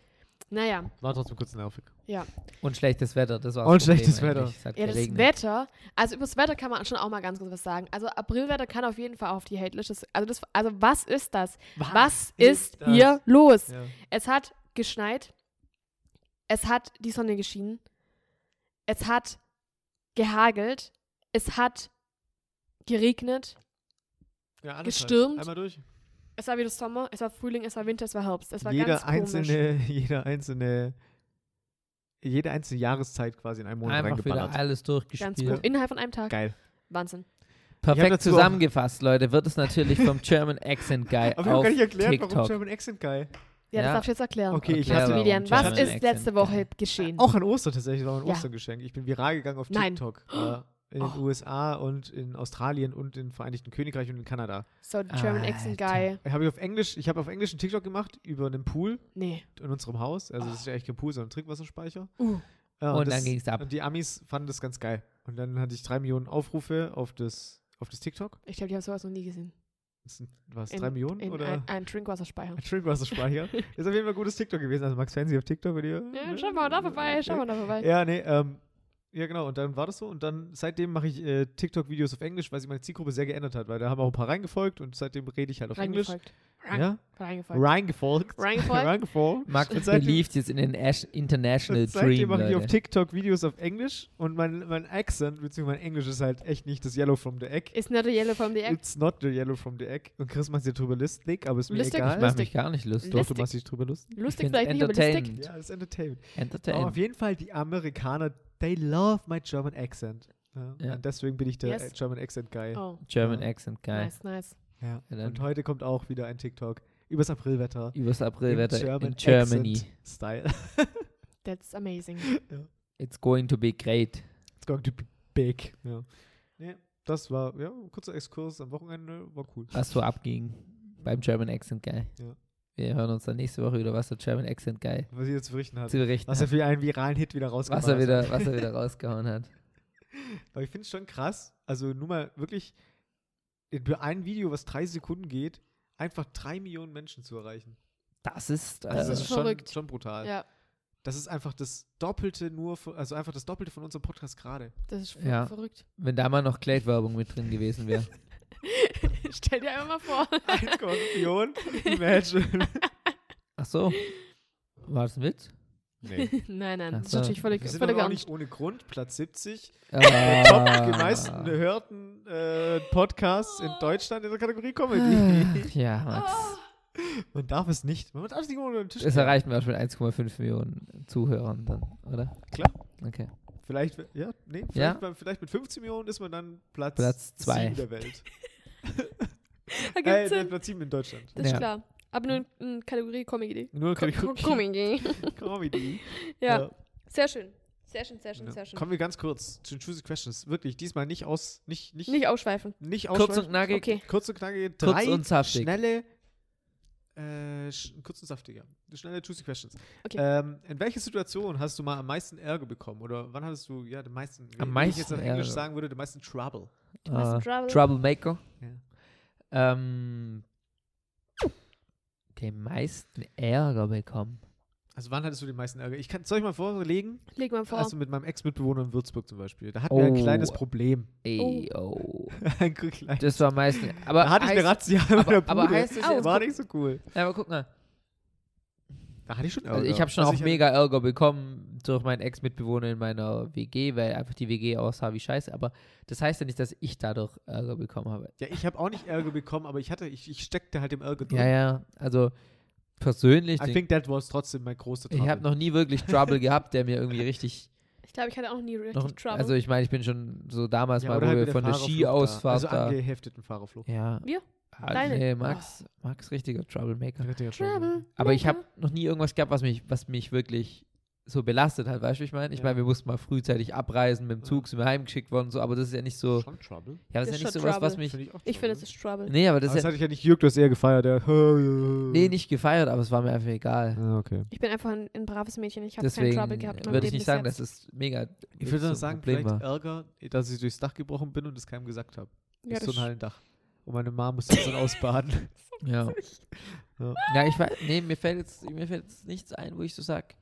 Speaker 3: Naja,
Speaker 2: War trotzdem kurz nervig.
Speaker 1: Und schlechtes Wetter, das war
Speaker 2: Und schlechtes Wetter.
Speaker 1: Es hat
Speaker 3: ja, das
Speaker 1: geregnet.
Speaker 3: Wetter, also über das Wetter kann man schon auch mal ganz kurz was sagen. Also Aprilwetter kann auf jeden Fall auf die Hate-List. Das- Also, das, also was ist das? Was, ist,
Speaker 2: ist das?
Speaker 3: hier los?
Speaker 2: Ja.
Speaker 3: Es hat geschneit. Es hat die Sonne geschienen. Es hat gehagelt. Es hat geregnet.
Speaker 2: Ja, alles
Speaker 3: Gestürmt.
Speaker 2: Halt. Einmal durch.
Speaker 3: Es war wieder Sommer, es war Frühling, es war Winter, es war Herbst. Es war ganz
Speaker 2: Jeder
Speaker 3: komisch.
Speaker 2: einzelne, (laughs) jeder einzelne, jede einzelne Jahreszeit quasi in einem Monat
Speaker 1: Einfach wieder
Speaker 2: reingeballert.
Speaker 1: alles
Speaker 3: Ganz
Speaker 1: durchgespielt.
Speaker 3: gut. Innerhalb von einem Tag.
Speaker 2: Geil.
Speaker 3: Wahnsinn.
Speaker 2: Ich hab
Speaker 1: Perfekt
Speaker 2: dazu auch-
Speaker 1: zusammengefasst, Leute, wird es natürlich
Speaker 2: (laughs)
Speaker 1: vom German Accent Guy
Speaker 2: Aber ich habe
Speaker 1: auf
Speaker 2: gar nicht erklärt, warum
Speaker 1: TikTok.
Speaker 2: German Accent geil.
Speaker 3: Ja,
Speaker 1: Ja.
Speaker 3: das darfst du jetzt erklären.
Speaker 2: Okay, ich
Speaker 1: Erklär
Speaker 2: hasse
Speaker 1: warum
Speaker 3: Comedian,
Speaker 1: German
Speaker 3: was ist
Speaker 1: Accent
Speaker 3: letzte Woche
Speaker 1: Guy.
Speaker 3: geschehen?
Speaker 2: Auch an Ostern tatsächlich, das war mein
Speaker 3: Ja.
Speaker 2: Ostergeschenk. Ich bin viral gegangen auf
Speaker 3: Nein. (gasps)
Speaker 2: TikTok. Äh, in den
Speaker 3: Oh.
Speaker 2: USA und in Australien und im Vereinigten Königreich und in Kanada.
Speaker 3: So, German Accent Guy.
Speaker 2: Ich habe auf Englisch, ich habe auf Englisch einen TikTok gemacht über einen Pool
Speaker 3: Nee.
Speaker 2: in unserem Haus. Also das ist ja eigentlich kein Pool, sondern ein Trinkwasserspeicher.
Speaker 3: Uh.
Speaker 2: Ja,
Speaker 1: Und
Speaker 2: das-
Speaker 1: dann ging's ab.
Speaker 2: Und die Amis fanden das ganz geil. Und dann hatte ich drei Millionen Aufrufe auf das, auf das TikTok.
Speaker 3: Ich glaube, die haben sowas noch nie gesehen.
Speaker 2: Das sind- Was,
Speaker 3: In-
Speaker 2: drei Millionen?
Speaker 3: In
Speaker 2: oder?
Speaker 3: ein, ein Trinkwasserspeicher.
Speaker 2: (laughs) Ein Trinkwasserspeicher. ist auf jeden Fall ein gutes TikTok gewesen. Also Max Fancy auf TikTok bei dir.
Speaker 3: Ja, schau mal da vorbei, schau mal da vorbei.
Speaker 2: Ja, nee, ähm, ja genau, und dann war das so und dann seitdem mache ich äh, TikTok-Videos auf Englisch, weil sich meine Zielgruppe sehr geändert hat, weil da haben auch ein paar reingefolgt und seitdem rede ich halt auf Englisch.
Speaker 3: Reingefolgt.
Speaker 2: Ja?
Speaker 3: Reingefolgt.
Speaker 2: Reingefolgt. (laughs)
Speaker 3: Reingefolgt.
Speaker 2: reingefolgt.
Speaker 1: Max
Speaker 2: Und seitdem-
Speaker 1: beliebt jetzt in den Ash International
Speaker 2: Und seitdem
Speaker 1: Dream,
Speaker 2: mache ich auf
Speaker 1: Leute.
Speaker 2: TikTok Videos auf Englisch und mein, mein Accent, beziehungsweise mein Englisch ist halt echt nicht das Yellow from the Egg.
Speaker 3: Ist not a yellow from the egg.
Speaker 2: It's not the Yellow from the Egg. Und Chris macht sich drüber lustig, aber ist mir
Speaker 3: Lustig?
Speaker 1: Ich
Speaker 2: egal.
Speaker 1: mache
Speaker 3: lustig.
Speaker 1: mich gar nicht lustig.
Speaker 2: Doch, du
Speaker 3: lustig.
Speaker 2: machst dich drüber lustig.
Speaker 3: Lustig
Speaker 1: ich
Speaker 3: vielleicht nicht, aber lustig.
Speaker 1: entertained.
Speaker 2: Ja, das ist Entertainment. Aber auf
Speaker 1: Entertained.
Speaker 2: jeden Fall, die Amerikaner, they love my German accent. Ja.
Speaker 1: Ja.
Speaker 2: Und deswegen bin ich der
Speaker 3: Yes.
Speaker 2: äh, German Accent Guy.
Speaker 3: Oh,
Speaker 1: German
Speaker 2: Ja.
Speaker 1: Accent Guy.
Speaker 3: nice, nice.
Speaker 2: Ja.
Speaker 1: Ja, dann-
Speaker 2: Und heute kommt auch wieder ein TikTok übers Aprilwetter.
Speaker 1: Übers Aprilwetter
Speaker 2: Im German
Speaker 1: in Germany.
Speaker 2: Accent Style. (laughs)
Speaker 3: That's amazing.
Speaker 1: It's going to be great.
Speaker 2: It's going to be big. Ja. Nee, das war, ja, ein kurzer Exkurs am Wochenende, war cool.
Speaker 1: Was so abging beim German Accent Guy.
Speaker 2: Ja.
Speaker 1: Wir hören uns dann nächste Woche wieder, was der German Accent Guy
Speaker 2: Was ich jetzt zu berichten
Speaker 1: zu
Speaker 2: hatte.
Speaker 1: berichten
Speaker 2: Was er
Speaker 1: hat.
Speaker 2: für einen viralen Hit wieder rausgebracht
Speaker 1: Was er, wieder, was er wieder rausgehauen hat.
Speaker 2: Aber ich finde es schon krass. Also nur mal wirklich für ein Video, was drei Sekunden geht, einfach drei Millionen Menschen zu erreichen.
Speaker 1: Das ist, äh,
Speaker 3: Das
Speaker 2: Also
Speaker 3: ist
Speaker 2: schon,
Speaker 3: verrückt.
Speaker 2: schon brutal.
Speaker 3: Ja,
Speaker 2: Das ist einfach das Doppelte nur, von, also einfach das Doppelte von unserem Podcast gerade. (laughs)
Speaker 3: das ist ver
Speaker 1: Ja.
Speaker 3: verrückt. (laughs)
Speaker 1: wenn da mal noch Kleidwerbung mit drin gewesen wäre.
Speaker 3: Stell dir einfach
Speaker 2: (laughs)
Speaker 3: mal vor.
Speaker 2: 1,5 Millionen,
Speaker 3: (laughs)
Speaker 2: imagine.
Speaker 1: Ach so. War das ein Witz?
Speaker 2: Nee.
Speaker 3: nein, nein,
Speaker 1: Ach
Speaker 3: das ist
Speaker 1: so.
Speaker 3: natürlich völlig,
Speaker 2: Wir sind
Speaker 3: völlig
Speaker 2: aber auch
Speaker 3: ernst.
Speaker 2: nicht ohne Grund, Platz 70,
Speaker 1: Ah.
Speaker 2: (laughs) top ne? gemeisten, gehörten äh, Podcasts in Deutschland in der Kategorie Comedy.
Speaker 1: Ach ja, Max.
Speaker 2: Ah. Man darf es nicht, man darf es nicht ohne den Tisch
Speaker 1: Das
Speaker 2: kehren.
Speaker 1: erreichen wir schon mit 1,5 Millionen Zuhörern dann, oder?
Speaker 2: Klar.
Speaker 1: Okay.
Speaker 2: Vielleicht, ja, nee, vielleicht,
Speaker 1: Ja.
Speaker 2: bei- vielleicht mit 15 Millionen ist man dann Platz,
Speaker 1: Platz zwei.
Speaker 2: sieben der
Speaker 3: (laughs)
Speaker 2: Welt.
Speaker 3: Da
Speaker 2: äh,
Speaker 3: gibt's
Speaker 2: der
Speaker 3: Sinn.
Speaker 2: Platz 7 in Deutschland.
Speaker 3: Das ist
Speaker 1: Ja.
Speaker 3: klar. Aber nur in, in Kategorie Comedy.
Speaker 2: Nur
Speaker 3: Co-
Speaker 2: Kategorie
Speaker 3: Comedy.
Speaker 2: Comedy.
Speaker 3: Ja. sehr schön. Sehr schön, sehr schön,
Speaker 2: Ja.
Speaker 3: sehr schön.
Speaker 2: Kommen wir ganz kurz zu den Choosy Questions. Wirklich, diesmal nicht aus, nicht, nicht, nicht,
Speaker 3: Nicht ausschweifen.
Speaker 2: nicht
Speaker 1: Kurz
Speaker 2: ausschweifen.
Speaker 1: und knackig.
Speaker 3: Okay.
Speaker 2: Kurz und knackig,
Speaker 1: Kurz
Speaker 2: drei
Speaker 1: und saftig.
Speaker 2: schnelle Äh, sch- einen kurzen saftiger. Schnelle Juicy Questions.
Speaker 3: Okay.
Speaker 2: Ähm, in welcher Situation hast du mal am meisten Ärger bekommen? Oder wann hattest du, ja, den meisten, wie- wie ich jetzt
Speaker 1: meisten
Speaker 2: auf Englisch
Speaker 1: Ärger.
Speaker 2: sagen würde, den meisten Trouble?
Speaker 3: Du machst
Speaker 1: Äh,
Speaker 3: Trouble.
Speaker 1: Troublemaker.
Speaker 2: Ja.
Speaker 1: Ähm, den meisten Ärger bekommen.
Speaker 2: Also wann hattest du den meisten Ärger? Ich kann, soll ich mal vorlegen?
Speaker 3: Leg mal vor.
Speaker 2: Also mit meinem Ex-Mitbewohner in Würzburg zum Beispiel. Da hatten wir ein
Speaker 1: Oh.
Speaker 2: kleines Problem. (laughs)
Speaker 1: Ey, oh.
Speaker 2: ein kleines.
Speaker 1: Das war meistens. Aber
Speaker 2: da hatte ich eine
Speaker 1: heißt-
Speaker 2: Razzia in
Speaker 1: aber-
Speaker 2: meiner
Speaker 1: aber
Speaker 2: Bude.
Speaker 1: heißt das
Speaker 3: jetzt-
Speaker 2: war nicht so cool.
Speaker 1: Ja, aber guck mal.
Speaker 2: Da hatte ich schon Ärger.
Speaker 1: Also ich habe schon
Speaker 2: Also
Speaker 1: auch
Speaker 2: ich-
Speaker 1: mega Ärger bekommen durch meinen Ex-Mitbewohner in meiner WG, weil einfach die WG aussah wie scheiße. Aber das heißt ja nicht, dass ich dadurch Ärger bekommen habe.
Speaker 2: Ja, ich habe auch nicht Ärger bekommen, aber ich hatte, ich, ich steckte halt im Ärger drin.
Speaker 1: Ja, ja. Also persönlich,
Speaker 2: I
Speaker 1: den-
Speaker 2: think that was trotzdem mein großer Trouble.
Speaker 1: ich habe noch nie wirklich Trouble gehabt, der mir irgendwie richtig.
Speaker 3: ich glaube, ich hatte auch nie richtig
Speaker 1: Noch,
Speaker 3: Trouble.
Speaker 1: also ich meine, ich bin schon so damals
Speaker 2: Ja,
Speaker 1: mal,
Speaker 2: oder
Speaker 1: wo
Speaker 2: halt
Speaker 1: wir
Speaker 2: mit
Speaker 1: von der
Speaker 2: Fahrerflucht
Speaker 1: Skiausfahrt
Speaker 2: da.
Speaker 1: da.
Speaker 2: Also angehefteten Fahrerflucht.
Speaker 1: ja.
Speaker 3: Wir?
Speaker 1: Ah,
Speaker 3: Deine?
Speaker 1: Nee, Max, Max richtiger Troublemaker.
Speaker 3: Trouble.
Speaker 1: Aber ich
Speaker 3: Maker.
Speaker 1: habe noch nie irgendwas gehabt, was mich, was mich wirklich so belastet hat, weißt du, wie ich meine? Ich
Speaker 2: Ja.
Speaker 1: meine, wir mussten mal frühzeitig abreisen, mit dem Zug sind wir heimgeschickt worden, und so, aber das ist ja nicht so,
Speaker 2: Schon Trouble.
Speaker 1: ja, das
Speaker 3: Das
Speaker 1: ist ja nicht
Speaker 3: ist schon
Speaker 1: so was, was
Speaker 3: Trouble.
Speaker 1: mich,
Speaker 2: ich auch
Speaker 3: Ich finde, es ist Trouble.
Speaker 1: nee, aber
Speaker 2: das,
Speaker 1: das
Speaker 2: das
Speaker 1: ist ja,
Speaker 2: hatte ich ja nicht Jürg, du hast eher gefeiert. Der nee,
Speaker 1: nee, nicht gefeiert, aber es war mir einfach egal.
Speaker 2: Ah, okay.
Speaker 3: Ich bin einfach ein, ein braves Mädchen. Ich habe keinen
Speaker 1: Deswegen
Speaker 3: Trouble gehabt. in meinem
Speaker 1: würde ich
Speaker 3: Leben
Speaker 1: nicht
Speaker 3: bis
Speaker 1: sagen,
Speaker 3: jetzt.
Speaker 1: dass es mega
Speaker 2: Ich würde
Speaker 1: so ein
Speaker 2: sagen,
Speaker 1: Problem
Speaker 2: vielleicht
Speaker 1: war.
Speaker 2: Ärger, dass ich durchs Dach gebrochen bin und es keinem gesagt habe.
Speaker 3: Ja,
Speaker 2: Ja, so
Speaker 3: das
Speaker 2: ein Hallendach. Und meine Mama musste
Speaker 1: (laughs)
Speaker 2: das dann ausbaden.
Speaker 1: Ja.
Speaker 2: Ja.
Speaker 1: ja, ich weiß, nee, mir fällt jetzt, mir fällt jetzt nichts ein, wo ich so sag,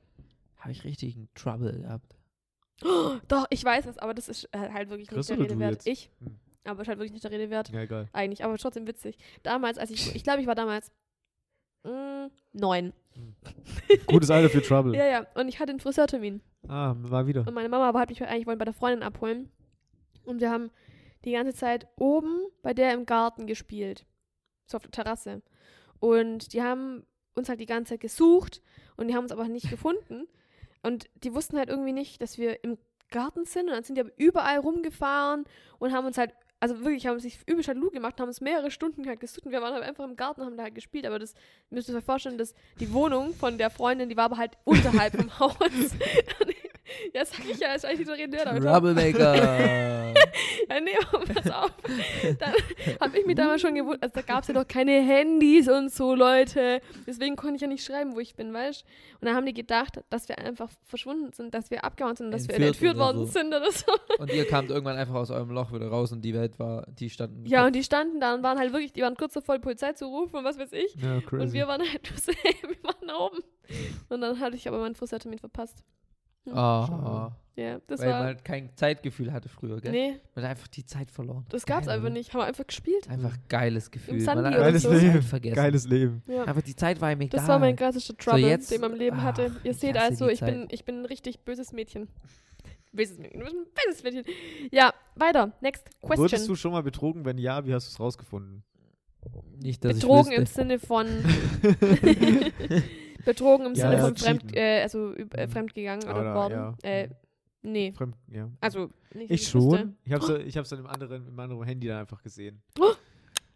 Speaker 1: habe ich richtigen Trouble gehabt.
Speaker 3: Doch, ich weiß es, aber das ist äh, halt wirklich
Speaker 2: Chris
Speaker 3: nicht der
Speaker 2: oder
Speaker 3: Rede
Speaker 2: du
Speaker 3: wert.
Speaker 2: jetzt?
Speaker 3: Ich.
Speaker 2: Hm.
Speaker 3: Aber ist halt wirklich nicht der Rede wert.
Speaker 2: ja,
Speaker 1: (laughs)
Speaker 2: egal.
Speaker 3: Eigentlich, aber trotzdem witzig. Damals, als ich, ich glaube, ich war damals mm, neun.
Speaker 2: Gutes Alter für Trouble.
Speaker 3: Ja, ja. Und ich hatte einen Friseurtermin.
Speaker 2: Ah, mal wieder.
Speaker 3: Und meine Mama hat mich eigentlich wollen bei der Freundin abholen. Und wir haben die ganze Zeit oben bei der im Garten gespielt. So auf der Terrasse. Und die haben uns halt die ganze Zeit gesucht und die haben uns aber nicht gefunden. Und die wussten halt irgendwie nicht, dass wir im Garten sind. Und dann sind die aber überall rumgefahren und haben uns halt, also wirklich, haben sich übel Schalu gemacht und haben uns mehrere Stunden halt gesucht. Und wir waren halt einfach im Garten und haben da halt gespielt. Aber das müsst ihr euch vorstellen, dass die Wohnung von der Freundin, die war aber halt unterhalb vom Haus. (laughs) ja, sag ich ja, ist eigentlich der Rede. aber ich glaub-
Speaker 1: Troublemaker!
Speaker 3: (laughs) ja, nee, aber pass auf. Dann habe ich mich damals schon gewundert. Also, da gab es ja doch keine Handys und so, Leute. Deswegen konnte ich ja nicht schreiben, wo ich bin, weißt Und dann haben die gedacht, dass wir einfach verschwunden sind, dass wir abgehauen sind, dass wir
Speaker 1: Entführt
Speaker 3: entführt
Speaker 1: oder
Speaker 3: worden
Speaker 1: so.
Speaker 3: sind oder
Speaker 1: (laughs)
Speaker 3: so.
Speaker 1: und ihr kamt irgendwann einfach aus eurem Loch wieder raus und die Welt war, die standen
Speaker 3: Ja, und die standen da und waren halt wirklich, die waren kurz davor, die Polizei zu rufen und was weiß ich.
Speaker 2: Ja, crazy.
Speaker 3: Und wir waren halt, (laughs) wir waren da oben. Und dann hatte ich aber meinen Friseurtermin verpasst.
Speaker 1: Oh,
Speaker 3: Ja, das
Speaker 1: weil
Speaker 3: war.
Speaker 1: man kein Zeitgefühl hatte früher, gell?
Speaker 3: nee,
Speaker 1: Man hat einfach die Zeit verloren.
Speaker 3: das gab's
Speaker 1: Geil,
Speaker 3: einfach
Speaker 1: oder?
Speaker 3: nicht. Haben wir einfach gespielt.
Speaker 1: Einfach geiles Gefühl.
Speaker 3: Sandy
Speaker 1: Man hat
Speaker 3: oder
Speaker 1: einfach
Speaker 2: Geiles
Speaker 1: die
Speaker 3: so.
Speaker 1: Zeit
Speaker 2: Leben.
Speaker 1: vergessen.
Speaker 2: Geiles Leben.
Speaker 3: Ja.
Speaker 1: Einfach die Zeit war ihm egal.
Speaker 3: Das war mein krassester Trouble,
Speaker 1: jetzt-
Speaker 3: den ich in meinem Leben hatte.
Speaker 1: Ach,
Speaker 3: Ihr
Speaker 1: ich
Speaker 3: seht
Speaker 1: hasse
Speaker 3: also,
Speaker 1: die
Speaker 3: ich bin, ich bin ein richtig böses Mädchen. (laughs) Böses Mädchen, du bist ein böses Mädchen. Ja, weiter. Next
Speaker 2: Wurdest du
Speaker 3: question.
Speaker 2: schon mal betrogen? Wenn ja, wie hast du es rausgefunden?
Speaker 1: nicht, dass
Speaker 3: Betrogen
Speaker 1: ich
Speaker 3: im
Speaker 1: wüsste.
Speaker 2: (laughs)
Speaker 3: Sinne von. betrogen im
Speaker 2: Ja,
Speaker 3: Sinne
Speaker 2: ja,
Speaker 3: von
Speaker 2: cheaten.
Speaker 3: fremd, äh, also üb- äh,
Speaker 2: Mhm.
Speaker 3: fremdgegangen oder
Speaker 2: Oder,
Speaker 3: worden.
Speaker 2: ja.
Speaker 3: Äh, nee,
Speaker 2: Fremd, ja.
Speaker 3: also. Nicht,
Speaker 2: Ich
Speaker 3: dass wüsste.
Speaker 2: schon. Ich habe ich hab's dann im anderen, im anderen Handy dann einfach gesehen.
Speaker 3: Oh.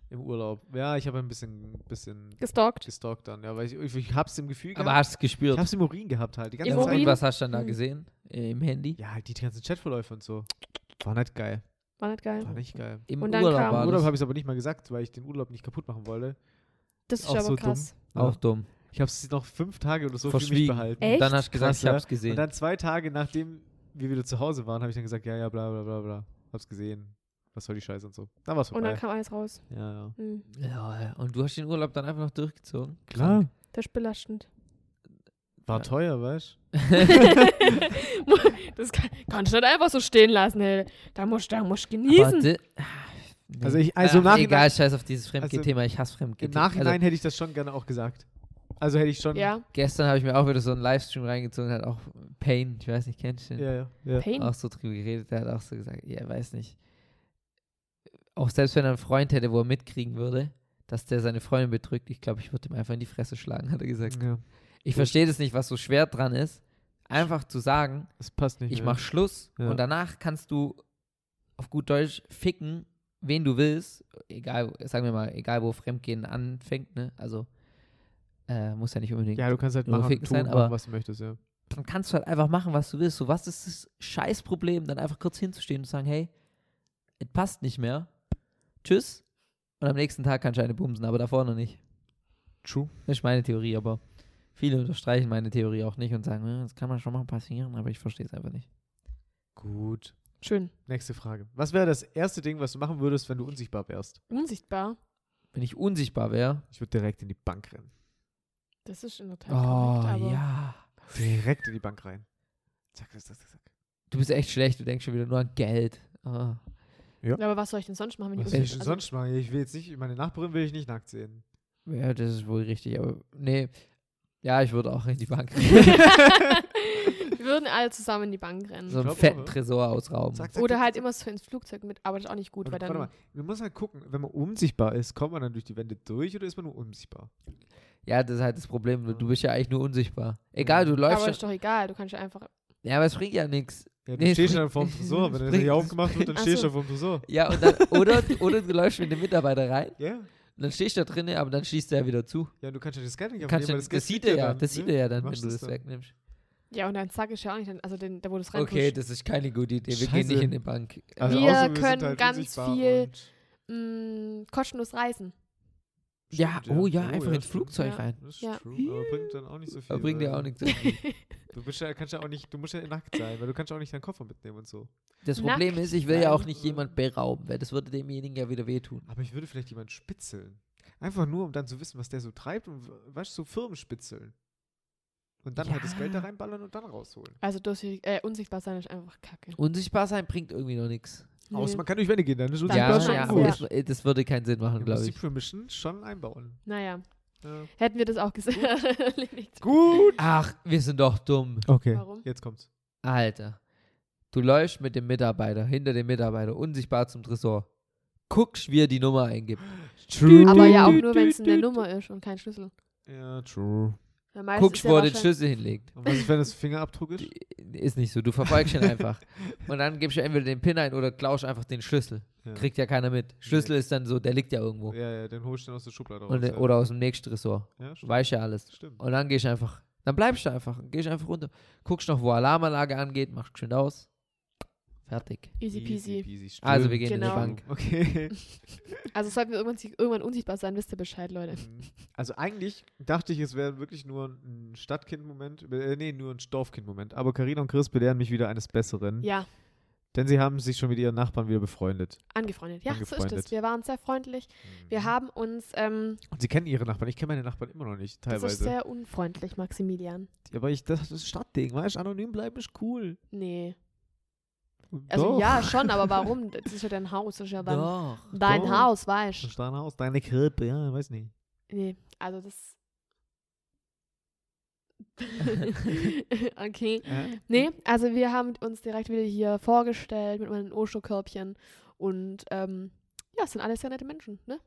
Speaker 2: Im Urlaub. Ja, ich habe ein bisschen, bisschen
Speaker 3: Gestalkt.
Speaker 2: gestalkt dann. Ja, weil ich, ich, ich hab's im Gefühl
Speaker 1: Aber
Speaker 2: gehabt.
Speaker 1: hast du es gespürt?
Speaker 2: Ich hab's im Urin gehabt halt. Die ganze
Speaker 3: Im
Speaker 2: Zeit.
Speaker 3: Urin?
Speaker 1: was hast du dann da
Speaker 3: Hm.
Speaker 1: gesehen? Äh, Im Handy?
Speaker 2: Ja, halt die ganzen Chatverläufe und so. War nicht geil.
Speaker 3: War nicht geil.
Speaker 2: War nicht geil.
Speaker 1: Im
Speaker 3: Und dann
Speaker 1: Urlaub
Speaker 3: kam-
Speaker 1: war
Speaker 2: Im Urlaub habe
Speaker 1: das
Speaker 2: ich es aber nicht mal gesagt, weil ich den Urlaub nicht kaputt machen wollte.
Speaker 3: Das ist
Speaker 2: Auch
Speaker 3: aber
Speaker 2: so
Speaker 3: krass.
Speaker 2: Ja.
Speaker 1: auch dumm.
Speaker 2: Ich habe es noch fünf Tage oder so für mich
Speaker 1: Verschwiegen.
Speaker 2: behalten.
Speaker 3: Echt?
Speaker 1: Dann hast du gesagt,
Speaker 2: Krass,
Speaker 1: ich hab's
Speaker 2: ja.
Speaker 1: gesehen.
Speaker 2: Und dann zwei Tage nachdem wir wieder zu Hause waren, habe ich dann gesagt, ja, ja, bla, bla, bla, bla. Hab's gesehen. Was soll die Scheiße und so. Dann war's
Speaker 3: Und
Speaker 2: vorbei.
Speaker 3: dann kam alles raus.
Speaker 2: ja, ja.
Speaker 3: Hm.
Speaker 1: ja, und du hast den Urlaub dann einfach noch durchgezogen?
Speaker 2: Klar.
Speaker 3: Das ist belastend.
Speaker 2: (laughs)
Speaker 3: (laughs)
Speaker 2: War
Speaker 1: Ja.
Speaker 2: teuer, weißt
Speaker 3: das kann, kannst du nicht einfach so stehen lassen, ey. Da musst du da musst du
Speaker 1: Aber
Speaker 3: genießen.
Speaker 1: di- Ah, nee.
Speaker 2: Also ich- also im
Speaker 1: Ach,
Speaker 2: Nachhinein-
Speaker 1: egal, scheiß auf dieses Fremdgeh-Thema. Ich hasse
Speaker 2: du. Im
Speaker 1: Fremdgeh-Thema.
Speaker 2: Nachhinein
Speaker 1: Also,
Speaker 2: hätte ich das schon gerne auch gesagt. Also hätte ich schon.
Speaker 3: Ja,
Speaker 1: gestern habe ich mir auch wieder so einen Livestream reingezogen, hat auch Pain, ich weiß nicht, kennst du den?
Speaker 2: Ja, ja. ja.
Speaker 3: Pain.
Speaker 1: auch so drüber geredet, der hat auch so gesagt, ja, weiß nicht. Auch selbst wenn er einen Freund hätte, wo er mitkriegen würde, dass der seine Freundin betrügt, ich glaube, ich würde ihm einfach in die Fresse schlagen, hat er gesagt.
Speaker 2: ja.
Speaker 1: Ich verstehe das nicht, was so schwer dran ist, einfach zu sagen,
Speaker 2: Es passt nicht.
Speaker 1: ich
Speaker 2: ne?
Speaker 1: mach Schluss
Speaker 2: Ja.
Speaker 1: und danach kannst du auf gut Deutsch ficken, wen du willst, egal, sagen wir mal, egal wo Fremdgehen anfängt, ne? Also äh, muss ja nicht unbedingt
Speaker 2: Ja, du kannst halt
Speaker 1: Nur
Speaker 2: machen,
Speaker 1: ficken
Speaker 2: tun,
Speaker 1: sein,
Speaker 2: machen,
Speaker 1: aber-
Speaker 2: was du möchtest, ja.
Speaker 1: dann kannst du halt einfach machen, was du willst. So, was ist das Scheißproblem, dann einfach kurz hinzustehen und zu sagen, hey, es passt nicht mehr. Tschüss. Und am nächsten Tag kannst du eine bumsen, aber davor noch nicht.
Speaker 2: True.
Speaker 1: Das ist meine Theorie, aber viele unterstreichen meine Theorie auch nicht und sagen, "Ja, das kann man schon mal passieren, aber ich verstehe es einfach nicht.
Speaker 2: Gut.
Speaker 3: Schön.
Speaker 2: Nächste Frage. Was wäre das erste Ding, was du machen würdest, wenn du unsichtbar wärst?
Speaker 3: Unsichtbar.
Speaker 1: Wenn ich unsichtbar wäre.
Speaker 2: Ich würde direkt in die Bank rennen.
Speaker 3: Das ist in der Tat
Speaker 1: Oh,
Speaker 3: korrekt, aber
Speaker 1: ja.
Speaker 2: Direkt in die Bank rein. Zack, zack, zack, zack.
Speaker 1: Du bist echt schlecht, du denkst schon wieder nur an Geld. Ah.
Speaker 3: Ja, aber was soll ich denn sonst machen, wenn
Speaker 2: Was
Speaker 3: ich
Speaker 2: will ich denn
Speaker 3: unsichtbar-
Speaker 2: sonst machen? Ich will jetzt nicht, meine Nachbarin will ich nicht nackt sehen.
Speaker 1: Ja, das ist wohl richtig, aber nee. Ja, ich würde auch in die Bank (laughs)
Speaker 3: (laughs) Also, (laughs) wir würden alle zusammen in die Bank rennen.
Speaker 1: so einen
Speaker 2: glaub auch,
Speaker 1: fetten
Speaker 2: ja.
Speaker 1: Tresor ausrauben.
Speaker 2: Zack, zack,
Speaker 3: Oder
Speaker 2: zack,
Speaker 3: halt
Speaker 2: zack,
Speaker 3: immer so ins Flugzeug mit, aber das ist auch nicht gut,
Speaker 2: Warte,
Speaker 3: weil
Speaker 2: warte
Speaker 3: dann.
Speaker 2: mal, man muss halt gucken, wenn man unsichtbar ist, kommt man dann durch die Wände durch oder ist man nur unsichtbar?
Speaker 1: Ja, das ist halt das Problem. Du- Du bist ja eigentlich nur unsichtbar. Egal, du läufst
Speaker 3: Aber
Speaker 1: schon.
Speaker 3: ist doch egal, du kannst ja einfach.
Speaker 1: Ja, aber es bringt ja nichts.
Speaker 2: Ja, du
Speaker 1: Nee,
Speaker 2: stehst
Speaker 1: spring-
Speaker 2: dann vor dem
Speaker 1: (laughs)
Speaker 2: Tresor, wenn der
Speaker 1: spring-
Speaker 2: hier aufgemacht wird, dann
Speaker 3: Ach
Speaker 2: stehst
Speaker 3: so.
Speaker 2: du vor dem Tresor.
Speaker 1: Ja, und dann, (laughs) oder, oder du läufst mit dem Mitarbeiter rein,
Speaker 2: Ja,
Speaker 1: und dann stehst du da drinnen, aber dann schließt er ja wieder zu.
Speaker 2: ja, und du kannst ja das Geld nicht
Speaker 1: Kannst
Speaker 2: abnehmen,
Speaker 1: du,
Speaker 2: weil
Speaker 1: das,
Speaker 2: Geld
Speaker 1: sieht
Speaker 2: fliegt
Speaker 1: er ja, das
Speaker 2: ne?
Speaker 1: sieht er ja dann, wenn
Speaker 2: Machst
Speaker 1: du
Speaker 2: das
Speaker 1: das
Speaker 2: dann.
Speaker 1: wegnimmst.
Speaker 3: Ja, und dann zack ich ja auch nicht, dann, also den, da wo das reinkommt.
Speaker 1: Okay, das ist keine gute Idee. Wir gehen nicht
Speaker 2: Scheiße.
Speaker 1: in die Bank.
Speaker 2: Also
Speaker 3: Wir
Speaker 2: außer sind
Speaker 3: können
Speaker 2: halt
Speaker 3: ganz
Speaker 2: unsichtbar
Speaker 3: viel-
Speaker 2: und-
Speaker 3: mh, Mm, kostenlos reisen. (laughs)
Speaker 1: ja,
Speaker 2: Stimmt,
Speaker 1: oh ja, einfach ins
Speaker 2: stimmt.
Speaker 1: Flugzeug
Speaker 3: Ja.
Speaker 1: rein.
Speaker 2: Das ist
Speaker 3: Ja.
Speaker 2: true, aber bringt dann auch nicht so viel.
Speaker 1: Da bringt dir
Speaker 2: weil
Speaker 1: auch nichts. irgendwie.
Speaker 2: Du, bist ja, kannst ja auch nicht, du musst ja nackt sein, weil du kannst ja auch nicht deinen Koffer mitnehmen und so.
Speaker 1: Das
Speaker 3: Nackt
Speaker 1: Problem ist, ich will ja
Speaker 3: sein.
Speaker 1: auch nicht jemand berauben, weil das würde demjenigen ja wieder wehtun.
Speaker 2: Aber ich würde vielleicht jemanden spitzeln. Einfach nur, um dann zu wissen, was der so treibt und w- weißt du, so Firmen spitzeln. Und dann halt das Geld da
Speaker 1: Ja.
Speaker 2: reinballern und dann rausholen.
Speaker 3: Also durch, äh, unsichtbar sein ist einfach kacke.
Speaker 1: Unsichtbar sein bringt irgendwie noch nichts.
Speaker 2: Außer
Speaker 3: Nee.
Speaker 2: man kann durch Wände gehen, dann ist
Speaker 3: Dann
Speaker 1: Ja,
Speaker 3: schon
Speaker 1: ja,
Speaker 3: gut.
Speaker 1: aber das, äh, das würde keinen Sinn machen,
Speaker 2: Dann muss
Speaker 1: glaube
Speaker 2: die
Speaker 1: ich.
Speaker 2: Permission schon einbauen.
Speaker 3: Naja,
Speaker 2: Ja.
Speaker 3: hätten wir das auch gesagt. (laughs) erledigt.
Speaker 2: Gut.
Speaker 1: Ach, wir sind doch dumm.
Speaker 2: Okay.
Speaker 3: Warum?
Speaker 2: Jetzt kommt's.
Speaker 1: Alter. Du läufst mit dem Mitarbeiter, hinter dem Mitarbeiter, unsichtbar zum Tresor. Guckst, wie er die Nummer eingibt.
Speaker 2: True.
Speaker 3: Aber ja auch nur, wenn es eine Nummer ist und kein Schlüssel.
Speaker 2: Ja, true.
Speaker 3: Weil meistens
Speaker 1: Guckst,
Speaker 3: ist ja
Speaker 1: wo er den
Speaker 3: wahrscheinlich-
Speaker 1: Schlüssel hinlegt.
Speaker 2: Und was ist, wenn das Fingerabdruck ist?
Speaker 1: Ist nicht so, du verfolgst ihn
Speaker 3: (laughs)
Speaker 1: einfach. Und dann gibst du entweder den Pin ein oder klausch einfach den Schlüssel.
Speaker 2: Ja.
Speaker 1: Kriegt ja keiner mit. Schlüssel ist dann so, der liegt ja irgendwo.
Speaker 2: Ja, ja, den holst du dann aus der Schublade raus.
Speaker 1: Und,
Speaker 2: ja.
Speaker 1: Oder aus dem nächsten Tresor.
Speaker 2: Ja, stimmt.
Speaker 1: Weiß ja alles.
Speaker 2: stimmt.
Speaker 1: Und dann gehst du einfach, dann bleibst du einfach, gehst einfach runter. Guckst noch, wo Alarmanlage angeht, machst schön aus. Fertig.
Speaker 3: Easy peasy.
Speaker 2: stimmt.
Speaker 1: Also, wir gehen
Speaker 3: in die Genau.
Speaker 1: Bank.
Speaker 2: (laughs) Okay.
Speaker 3: (laughs) Also sollten wir irgendwann, sich- irgendwann unsichtbar sein, wisst ihr Bescheid, Leute.
Speaker 2: Mhm. Also eigentlich dachte ich, es wäre wirklich nur ein Stadtkind-Moment, äh, nee, nur ein Dorfkind-Moment. Aber Karina und Chris belehren mich wieder eines Besseren,
Speaker 3: Ja,
Speaker 2: denn sie haben sich schon mit ihren Nachbarn wieder befreundet.
Speaker 3: angefreundet. Ja, so ist
Speaker 2: Angefreundet. Mhm.
Speaker 3: es. Wir waren sehr freundlich. Wir haben uns, ähm,
Speaker 2: und sie kennen ihre Nachbarn. Ich kenne meine Nachbarn immer noch nicht,
Speaker 3: das ist
Speaker 2: teilweise.
Speaker 3: sehr unfreundlich, Maximilian.
Speaker 2: Aber ich, das ist Stadtding, weißt du? Anonym bleiben ist cool.
Speaker 3: Nee. Also
Speaker 2: Doch. (laughs)
Speaker 3: ja, schon, aber warum? Das ist ja dein Haus, das ist ja dein,
Speaker 1: Doch.
Speaker 3: dein
Speaker 2: Doch.
Speaker 3: Haus, weißt du.
Speaker 2: Das Stadthaus, deine Krippe, ja, weiß nicht.
Speaker 3: Nee,
Speaker 2: (laughs)
Speaker 3: also das. okay.
Speaker 2: Äh?
Speaker 3: Nee, also wir haben uns direkt wieder hier vorgestellt mit meinen Osho-Körbchen und ähm, ja, es sind alles sehr nette Menschen, ne?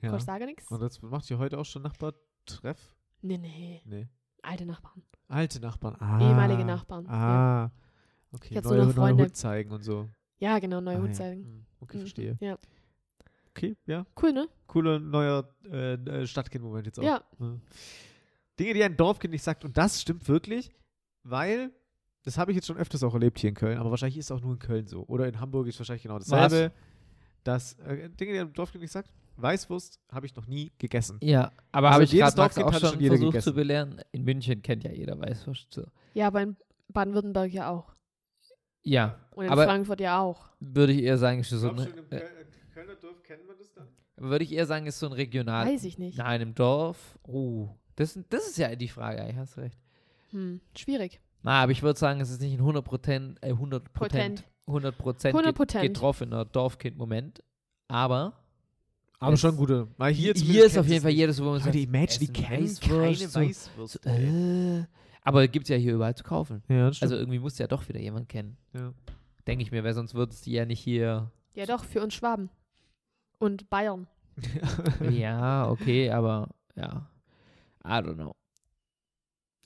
Speaker 3: Ja.
Speaker 2: Ja.
Speaker 3: Ich sage nichts.
Speaker 2: Und das macht ihr heute auch schon Nachbartreff?
Speaker 3: Nee, nee,
Speaker 2: Nee.
Speaker 3: alte Nachbarn.
Speaker 2: Alte Nachbarn. Ah.
Speaker 3: Ehemalige Nachbarn,
Speaker 2: Ah. Okay,
Speaker 3: Jetzt nur
Speaker 2: neue,
Speaker 3: noch
Speaker 2: neue
Speaker 3: Freunde.
Speaker 2: Hut zeigen und so.
Speaker 3: Ja, genau, neue
Speaker 2: Ah,
Speaker 3: Hut
Speaker 2: ja.
Speaker 3: zeigen.
Speaker 2: Hm, Okay,
Speaker 3: Mhm,
Speaker 2: verstehe.
Speaker 3: ja.
Speaker 2: Okay, ja.
Speaker 3: Cool, ne?
Speaker 2: Cooler neuer äh, äh, Stadtkind-Moment jetzt auch.
Speaker 3: Ja.
Speaker 2: Dinge, die ein Dorfkind nicht sagt. Und das stimmt wirklich, weil, das habe ich jetzt schon öfters auch erlebt hier in Köln, aber wahrscheinlich ist es auch nur in Köln so. Oder in Hamburg ist wahrscheinlich genau dasselbe. Dass, äh, Dinge, die ein Dorfkind nicht sagt. Weißwurst habe ich noch nie gegessen.
Speaker 1: Ja, aber
Speaker 2: Also
Speaker 1: habe ich
Speaker 2: jedes
Speaker 1: gerade Max
Speaker 2: Dorfkind
Speaker 1: auch
Speaker 2: hat
Speaker 1: schon
Speaker 2: schon jeder
Speaker 1: versucht
Speaker 2: gegessen.
Speaker 1: zu belehren. In München kennt ja jeder Weißwurst. So.
Speaker 3: Ja, aber in Baden-Württemberg ja auch.
Speaker 1: Ja,
Speaker 3: Und in
Speaker 1: Aber-
Speaker 3: Frankfurt ja auch.
Speaker 1: würde ich eher sagen, ist so ein, äh,
Speaker 2: Kölner Dorf kennen wir das dann?
Speaker 1: würde ich eher sagen, ist so ein regional.
Speaker 3: Weiß ich nicht.
Speaker 1: Nein, im Dorf. Oh, das, das ist ja die Frage, eigentlich hast recht.
Speaker 3: Hm, schwierig.
Speaker 1: Na, aber ich würde sagen, es ist nicht ein 100%, äh, 100%,
Speaker 3: Potent.
Speaker 1: 100%,
Speaker 3: 100%.
Speaker 1: Get, getroffener Dorfkind-Moment. Aber
Speaker 2: Aber
Speaker 1: Es-
Speaker 2: schon gute. Weil hier,
Speaker 1: hier
Speaker 2: zumindest
Speaker 1: ist auf
Speaker 2: kennt
Speaker 1: jeden
Speaker 2: es
Speaker 1: Fall jedes, wo man
Speaker 2: Leute,
Speaker 1: sagt,
Speaker 2: die Menschen, die
Speaker 1: essen
Speaker 2: kennen
Speaker 1: Weißwurst,
Speaker 2: keine
Speaker 1: so,
Speaker 2: Weißwurst.
Speaker 1: so, äh. Aber gibt es ja hier überall zu kaufen.
Speaker 2: ja, stimmt.
Speaker 1: Also irgendwie muss ja doch wieder jemand kennen.
Speaker 2: Ja.
Speaker 1: Denke ich mir, weil sonst würde es die ja nicht
Speaker 2: (laughs)
Speaker 1: hier.
Speaker 3: Ja, doch, für uns Schwaben. Und Bayern.
Speaker 1: ja, okay, aber ja. I don't know.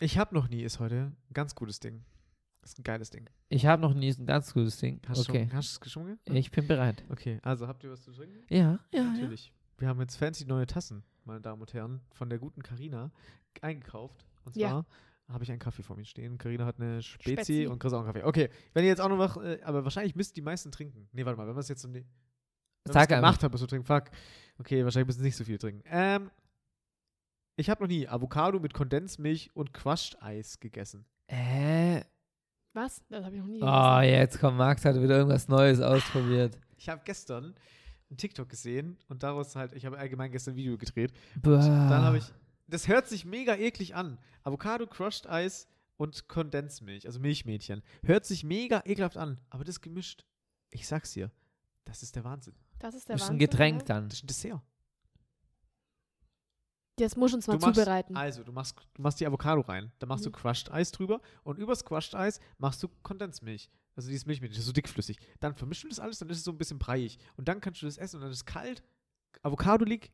Speaker 2: ich habe noch nie ist heute ein ganz gutes Ding. Das ist ein geiles Ding.
Speaker 1: Ich habe noch nie so ein ganz gutes Ding.
Speaker 2: Hast du
Speaker 1: okay.
Speaker 2: schon, hast du es geschwungen?
Speaker 1: Ich bin bereit.
Speaker 2: Okay, also habt ihr was zu trinken?
Speaker 1: Ja,
Speaker 3: Ah,
Speaker 1: ja, ja.
Speaker 2: Natürlich. Wir haben jetzt fancy neue Tassen, meine Damen und Herren, von der guten Karina eingekauft. Und zwar
Speaker 3: Ja.
Speaker 2: habe ich einen Kaffee vor mir stehen. Karina hat eine Spezi,
Speaker 3: Spezi.
Speaker 2: und Chris auch einen Kaffee. Okay, wenn ihr jetzt auch noch was, äh, aber wahrscheinlich müssten die meisten trinken. Nee, warte mal, wenn wir es jetzt zum, wenn
Speaker 1: Sag
Speaker 2: wir
Speaker 1: einmal.
Speaker 2: gemacht haben, müssen wir trinken. Fuck. Okay, wahrscheinlich müssen nicht so viel trinken. Ähm, Ich habe noch nie Avocado mit Kondensmilch und Quascheis gegessen.
Speaker 1: Äh.
Speaker 3: Was? Das habe ich noch nie
Speaker 1: Oh,
Speaker 3: gegessen.
Speaker 1: jetzt kommt Max, hat wieder irgendwas Neues ausprobiert.
Speaker 2: Ich habe gestern einen TikTok gesehen und daraus halt, ich habe allgemein gestern ein Video gedreht.
Speaker 1: Bah.
Speaker 2: Und dann
Speaker 1: Ah.
Speaker 2: habe ich, das hört sich mega eklig an. Avocado, Crushed Eis und Kondensmilch, also Milchmädchen. Hört sich mega ekelhaft an, aber das gemischt. Ich sag's dir, das ist der Wahnsinn.
Speaker 3: Das ist der
Speaker 1: Ist
Speaker 3: Wahnsinn. ne?
Speaker 1: ein Getränk
Speaker 3: Ja.
Speaker 1: dann.
Speaker 2: Das ist ein Dessert.
Speaker 3: Jetzt muss uns mal
Speaker 2: machst,
Speaker 3: zubereiten.
Speaker 2: Also, du machst, du machst die Avocado rein, dann machst du
Speaker 3: Mhm.
Speaker 2: Crushed Eis drüber und übers Crushed Eis machst du Kondensmilch. Also dieses Milchmädchen, das ist so dickflüssig. Dann vermischst du das alles, dann ist es so ein bisschen breiig. Und dann kannst du das essen und dann ist es kalt, Avocado-Lick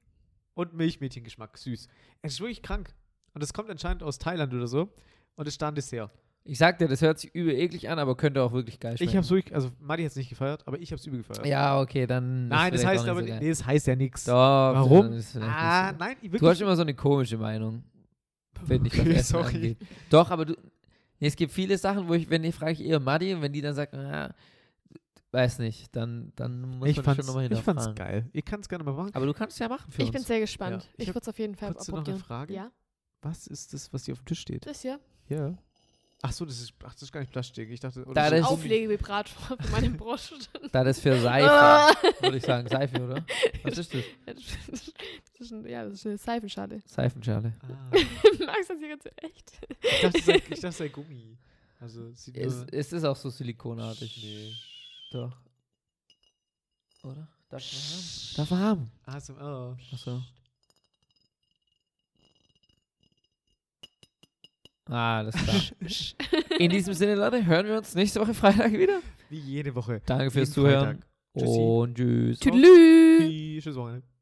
Speaker 2: und Milchmädchengeschmack, süß. Es ist wirklich krank. Und das kommt anscheinend aus Thailand oder so. Und es ist da ein Dessert.
Speaker 1: Ich sag dir, das hört sich übel eklig an, aber könnte auch wirklich geil schmecken.
Speaker 2: Ich hab's wirklich, also Madi hat's nicht gefeiert, aber ich hab's übel gefeiert.
Speaker 1: Ja, okay, dann. ist
Speaker 2: Nein, das
Speaker 1: vielleicht auch
Speaker 2: heißt
Speaker 1: nicht
Speaker 2: aber,
Speaker 1: so geil.
Speaker 2: nee, das heißt ja nichts.
Speaker 1: Doch,
Speaker 2: Warum?
Speaker 1: dann ist vielleicht nicht
Speaker 2: Ah,
Speaker 1: so-
Speaker 2: nein, wirklich.
Speaker 1: Du hast immer so eine komische Meinung. Wenn
Speaker 2: (laughs)
Speaker 1: ich
Speaker 2: Okay,
Speaker 1: okay, Essen
Speaker 2: sorry.
Speaker 1: angeht. Doch, aber du. Nee, es gibt viele Sachen, wo ich, wenn ich frage ich eher Madi und wenn die dann sagt, na, weiß nicht, dann, dann muss
Speaker 2: ich
Speaker 1: man schon
Speaker 2: fand's,
Speaker 1: nochmal
Speaker 2: ich fand's
Speaker 1: hinterfragen.
Speaker 2: geil. Ihr kannt's gerne mal machen.
Speaker 1: Aber du kannst es ja machen für
Speaker 3: ich bin
Speaker 1: uns.
Speaker 3: sehr gespannt.
Speaker 2: Ja. Ich
Speaker 3: Ich,
Speaker 2: hab
Speaker 3: würde es auf jeden Fall
Speaker 2: Kurze noch eine
Speaker 3: probieren.
Speaker 2: Frage.
Speaker 3: Ja,
Speaker 2: Was ist das, was hier auf dem Tisch steht?
Speaker 3: das hier.
Speaker 2: Ja. Ach so, das ist, ach, das ist gar nicht Plastik. Ich dachte, oder
Speaker 1: Da
Speaker 2: so
Speaker 1: das-
Speaker 3: Auflegevibrat für
Speaker 1: (laughs)
Speaker 3: meine Brust.
Speaker 1: Da das für
Speaker 3: Ah! (laughs)
Speaker 1: Seife, würde ich sagen. Seife, oder? Was ist das?
Speaker 3: das ist ein, ja, (laughs) das ist eine Seifenschale. (laughs)
Speaker 1: Seifenschale.
Speaker 2: Ah,
Speaker 3: Max das hier ganz echt.
Speaker 2: ich, dachte, es sei, ich dachte, es sei Gummi. Also sieht
Speaker 1: Es,
Speaker 2: nur
Speaker 1: es ist auch so silikonartig.
Speaker 2: Nee.
Speaker 1: Doch. Oder? Darf man haben? Darf man haben?
Speaker 2: ASMR.
Speaker 1: Achso. Ah, alles klar. (laughs) In diesem Sinne, Leute, hören wir uns nächste Woche Freitag wieder.
Speaker 2: (laughs) Wie jede Woche.
Speaker 1: Danke fürs
Speaker 2: Jeden
Speaker 1: Zuhören.
Speaker 2: Freitag. Tschüssi.
Speaker 1: Und tschüss.
Speaker 3: Tüdelü.
Speaker 2: Tschüss, Wochenende.